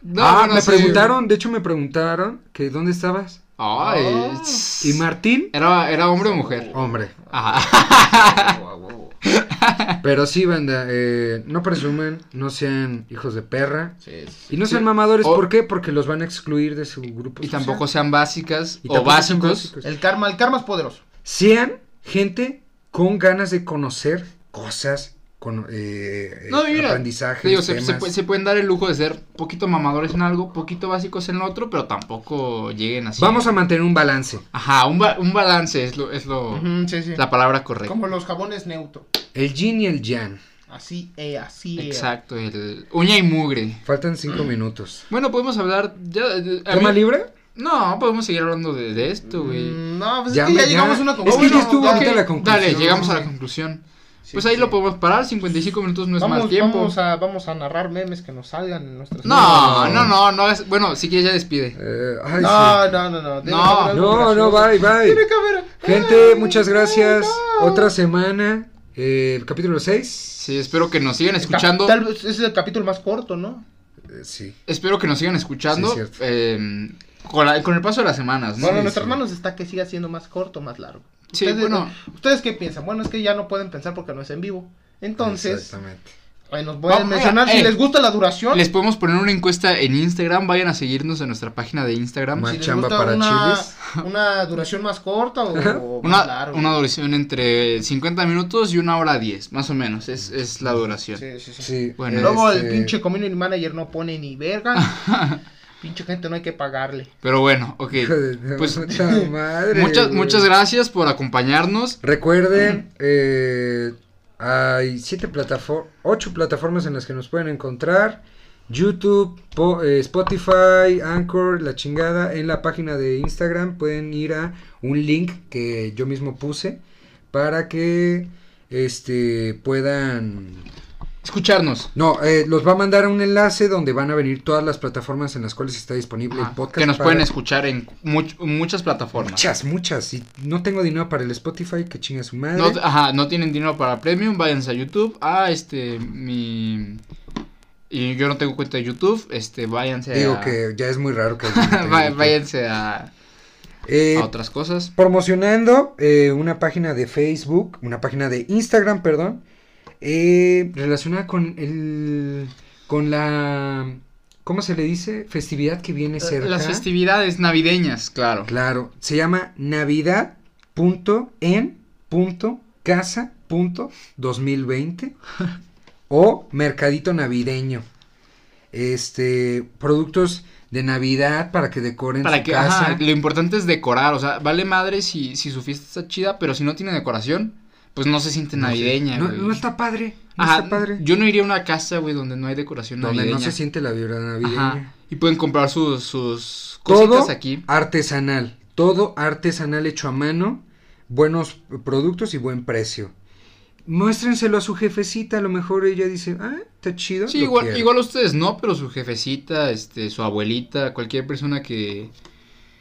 Speaker 1: No,
Speaker 2: ah,
Speaker 1: bueno,
Speaker 2: me
Speaker 1: sí.
Speaker 2: preguntaron, de hecho me preguntaron que dónde estabas.
Speaker 1: Ay,
Speaker 3: Ah.
Speaker 1: tss.
Speaker 2: Y Martín,
Speaker 1: Era, era hombre o mujer.
Speaker 2: hombre.
Speaker 1: Ajá.
Speaker 2: Pero sí, banda, eh, no presumen, no sean hijos de perra.
Speaker 3: Sí,
Speaker 2: Y no sean
Speaker 1: Sí.
Speaker 2: mamadores,
Speaker 1: O-
Speaker 2: ¿por qué? Porque los van a excluir de su grupo.
Speaker 1: Y
Speaker 2: social.
Speaker 1: tampoco sean básicas
Speaker 2: Y
Speaker 1: o
Speaker 2: tampoco sean
Speaker 1: básicos.
Speaker 3: El karma, el karma es poderoso.
Speaker 2: Sean gente con ganas de conocer cosas, con eh,
Speaker 1: No, mira,
Speaker 2: aprendizajes,
Speaker 1: Te digo, se, se
Speaker 2: temas.
Speaker 1: pu- se pueden dar el lujo de ser poquito mamadores en algo, poquito básicos en lo otro, pero tampoco lleguen así.
Speaker 2: Vamos a mantener un balance.
Speaker 1: Ajá, un, ba- un balance es lo, es
Speaker 2: Oh.
Speaker 1: lo
Speaker 3: Ujú, sí, sí.
Speaker 1: la palabra correcta.
Speaker 3: Como los jabones neutro.
Speaker 2: El yin y el yang.
Speaker 3: Así, eh, así. eh.
Speaker 1: Exacto, el uña y mugre.
Speaker 2: Faltan cinco minutos.
Speaker 1: Bueno, podemos hablar ya de- Mm. a
Speaker 2: ¿Tema
Speaker 1: mí-
Speaker 2: libre?
Speaker 1: No, podemos seguir hablando de, de esto, güey.
Speaker 3: Mm, No, pues
Speaker 2: Ya,
Speaker 3: es que ya,
Speaker 2: ya.
Speaker 3: llegamos a una
Speaker 2: Es que
Speaker 3: conclusión.
Speaker 2: ya estuvo
Speaker 3: Ok.
Speaker 2: ahorita la conclusión.
Speaker 1: Dale, llegamos a la
Speaker 2: güey.
Speaker 1: conclusión.
Speaker 3: Sí,
Speaker 1: Pues ahí
Speaker 3: sí.
Speaker 1: lo podemos parar, 55 minutos no es
Speaker 3: vamos,
Speaker 1: mal tiempo.
Speaker 3: Vamos a, vamos a narrar memes que nos salgan en nuestras
Speaker 1: No,
Speaker 2: No.
Speaker 1: no, no, no es... Bueno, si quieres ya despide.
Speaker 2: Eh, ay, sí.
Speaker 3: No, no, no, no. debe
Speaker 1: No.
Speaker 3: haber algo
Speaker 2: No, no,
Speaker 3: gracioso.
Speaker 2: bye, bye.
Speaker 3: Tiene que haber-
Speaker 2: Gente,
Speaker 3: Ay,
Speaker 2: muchas gracias.
Speaker 3: no.
Speaker 2: Otra semana. eh, el capítulo 6.
Speaker 1: Sí, espero que nos sigan escuchando.
Speaker 3: Tal vez es el capítulo más corto, ¿no?
Speaker 2: Eh, sí.
Speaker 1: Espero que nos sigan escuchando.
Speaker 2: Sí, cierto.
Speaker 1: eh, con, la- con el paso de las semanas, ¿no?
Speaker 3: Bueno,
Speaker 2: Sí,
Speaker 3: nuestras
Speaker 2: sí.
Speaker 3: manos está que siga siendo más corto, más largo.
Speaker 1: Sí,
Speaker 3: ustedes,
Speaker 1: bueno.
Speaker 3: ¿Ustedes qué piensan? Bueno, es que ya no pueden pensar porque no es en vivo. Entonces,
Speaker 2: Exactamente.
Speaker 3: eh, nos pueden
Speaker 1: Vamos,
Speaker 3: mencionar
Speaker 1: oiga,
Speaker 3: si
Speaker 1: eh,
Speaker 3: les gusta la duración.
Speaker 1: Les podemos poner una encuesta en Instagram. Vayan a seguirnos en nuestra página de Instagram.
Speaker 2: Más
Speaker 3: si les
Speaker 2: chamba
Speaker 3: gusta
Speaker 2: para
Speaker 3: una,
Speaker 2: chiles.
Speaker 3: una duración más corta o, o más
Speaker 1: Una,
Speaker 3: largo.
Speaker 1: una duración entre 50 minutos y una hora 10, más o menos. Es, es la duración.
Speaker 3: Sí, sí, sí.
Speaker 2: Sí.
Speaker 1: Bueno,
Speaker 3: Luego
Speaker 2: este,
Speaker 3: el pinche community manager no pone ni verga. pinche gente no hay que pagarle.
Speaker 1: Pero bueno, ok.
Speaker 2: hijo de
Speaker 1: Pues,
Speaker 2: puta madre,
Speaker 1: Muchas,
Speaker 2: güey.
Speaker 1: muchas gracias por acompañarnos.
Speaker 2: Recuerden, eh, hay siete plataformas, ocho plataformas en las que nos pueden encontrar. YouTube, po- eh, Spotify, Anchor, la chingada. En la página de Instagram pueden ir a un link que yo mismo puse para que este puedan
Speaker 1: Escucharnos.
Speaker 2: no, eh, los va a mandar a un enlace donde van a venir todas las plataformas en las cuales está disponible
Speaker 1: Ajá,
Speaker 2: el podcast.
Speaker 1: Ah, que nos
Speaker 2: para-
Speaker 1: pueden escuchar en much- muchas plataformas.
Speaker 2: Muchas, muchas. Y no tengo dinero para el Spotify, que chinga su madre.
Speaker 1: No, ajá, no tienen dinero para premium, váyanse a YouTube. Ah, este, mi... Y yo no tengo cuenta de YouTube, este, váyanse
Speaker 2: Digo
Speaker 1: a...
Speaker 2: que ya es muy raro que.
Speaker 1: va- váyanse a,
Speaker 2: Eh,
Speaker 1: a otras cosas.
Speaker 2: promocionando eh, una página de Facebook, una página de Instagram, perdón, eh, relacionada con el, con la, ¿cómo se le dice? Festividad que viene cerca.
Speaker 1: Eh, Las festividades navideñas, claro.
Speaker 2: Claro, se llama Navidad punto en punto casa punto 2020 o mercadito navideño. Este, productos de Navidad para que decoren
Speaker 1: Para
Speaker 2: su
Speaker 1: que,
Speaker 2: casa.
Speaker 1: ajá, lo importante es decorar, o sea, vale madre si, si su fiesta está chida, pero si no tiene decoración, pues no se siente navideña,
Speaker 2: No,
Speaker 1: güey.
Speaker 2: no está padre. No
Speaker 1: Ajá,
Speaker 2: está padre.
Speaker 1: Yo no iría a una casa, güey, donde no hay decoración
Speaker 2: donde
Speaker 1: navideña.
Speaker 2: no se siente la vibra navideña.
Speaker 1: Ajá, y pueden comprar sus, sus cositas
Speaker 2: Todo Ah,
Speaker 1: aquí.
Speaker 2: artesanal. Todo artesanal hecho a mano. Buenos productos y buen precio. Muéstrenselo a su jefecita. A lo mejor ella dice, ah, está chido.
Speaker 1: Sí,
Speaker 2: lo
Speaker 1: igual,
Speaker 2: quiero".
Speaker 1: igual ustedes no, pero su jefecita, este, su abuelita, cualquier persona que,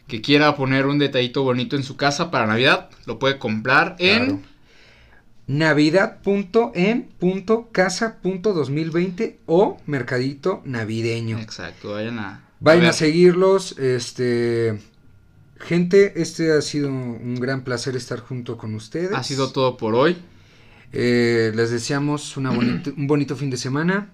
Speaker 1: que quiera poner un detallito bonito en su casa para Navidad, lo puede comprar
Speaker 2: Claro.
Speaker 1: en...
Speaker 2: Navidad.en.casa.2020 o Mercadito Navideño.
Speaker 1: Exacto, vayan a...
Speaker 2: Vayan
Speaker 1: ver.
Speaker 2: a, seguirlos, este gente, este ha sido un gran placer estar junto con ustedes.
Speaker 1: Ha sido todo por hoy.
Speaker 2: Eh, les deseamos una bonita- un bonito fin de semana.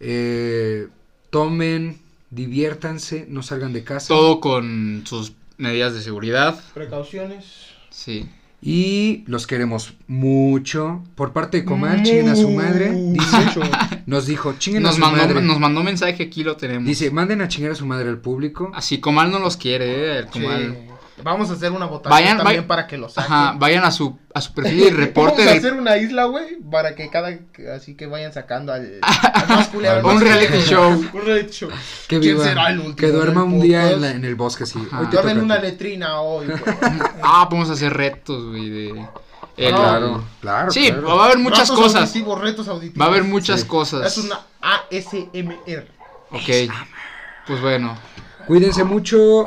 Speaker 2: Eh, tomen, diviértanse, no salgan de casa.
Speaker 1: Todo con sus medidas de seguridad.
Speaker 3: Precauciones.
Speaker 1: Sí.
Speaker 2: Y los queremos mucho. Por parte de Comal, chinguen a su madre. Dice,
Speaker 3: Mucho.
Speaker 2: nos dijo, chinguen a
Speaker 1: Nos
Speaker 2: su
Speaker 1: mandó,
Speaker 2: madre.
Speaker 1: nos mandó mensaje, aquí lo tenemos.
Speaker 2: Dice, manden a chingar a su madre al público.
Speaker 1: Así, Comal no los quiere, eh, el
Speaker 3: Sí.
Speaker 1: Comal.
Speaker 3: Vamos a hacer una votación
Speaker 1: Vayan,
Speaker 3: también
Speaker 1: vay-
Speaker 3: para que lo saquen.
Speaker 1: Ajá, vayan a su, a su perfil y reporten
Speaker 3: Vamos a
Speaker 1: el-
Speaker 3: hacer una isla, güey, para que cada. Así que vayan sacando al. al más culero, al
Speaker 1: un
Speaker 3: más
Speaker 1: reality
Speaker 3: culero.
Speaker 1: show. Ah,
Speaker 3: Un reality show.
Speaker 2: Que
Speaker 3: ¿Quién
Speaker 2: viva.
Speaker 3: será el último
Speaker 2: que duerma
Speaker 3: del
Speaker 2: un día
Speaker 3: podcast?
Speaker 2: en, la- en el bosque, sí.
Speaker 1: Ajá.
Speaker 2: Hoy te
Speaker 3: Duermen
Speaker 2: toca
Speaker 3: una
Speaker 2: a ti.
Speaker 3: letrina hoy, güey.
Speaker 1: Ah, podemos hacer retos, güey. De... el-
Speaker 3: Ah,
Speaker 2: Claro, claro.
Speaker 1: Sí, pues.
Speaker 2: claro.
Speaker 1: va a haber muchas
Speaker 3: Ratos
Speaker 1: cosas.
Speaker 3: auditivos, retos auditivos.
Speaker 1: Va a haber muchas
Speaker 2: Sí.
Speaker 1: cosas.
Speaker 3: Es una ASMR.
Speaker 1: Ok. Pues bueno.
Speaker 2: Cuídense mucho.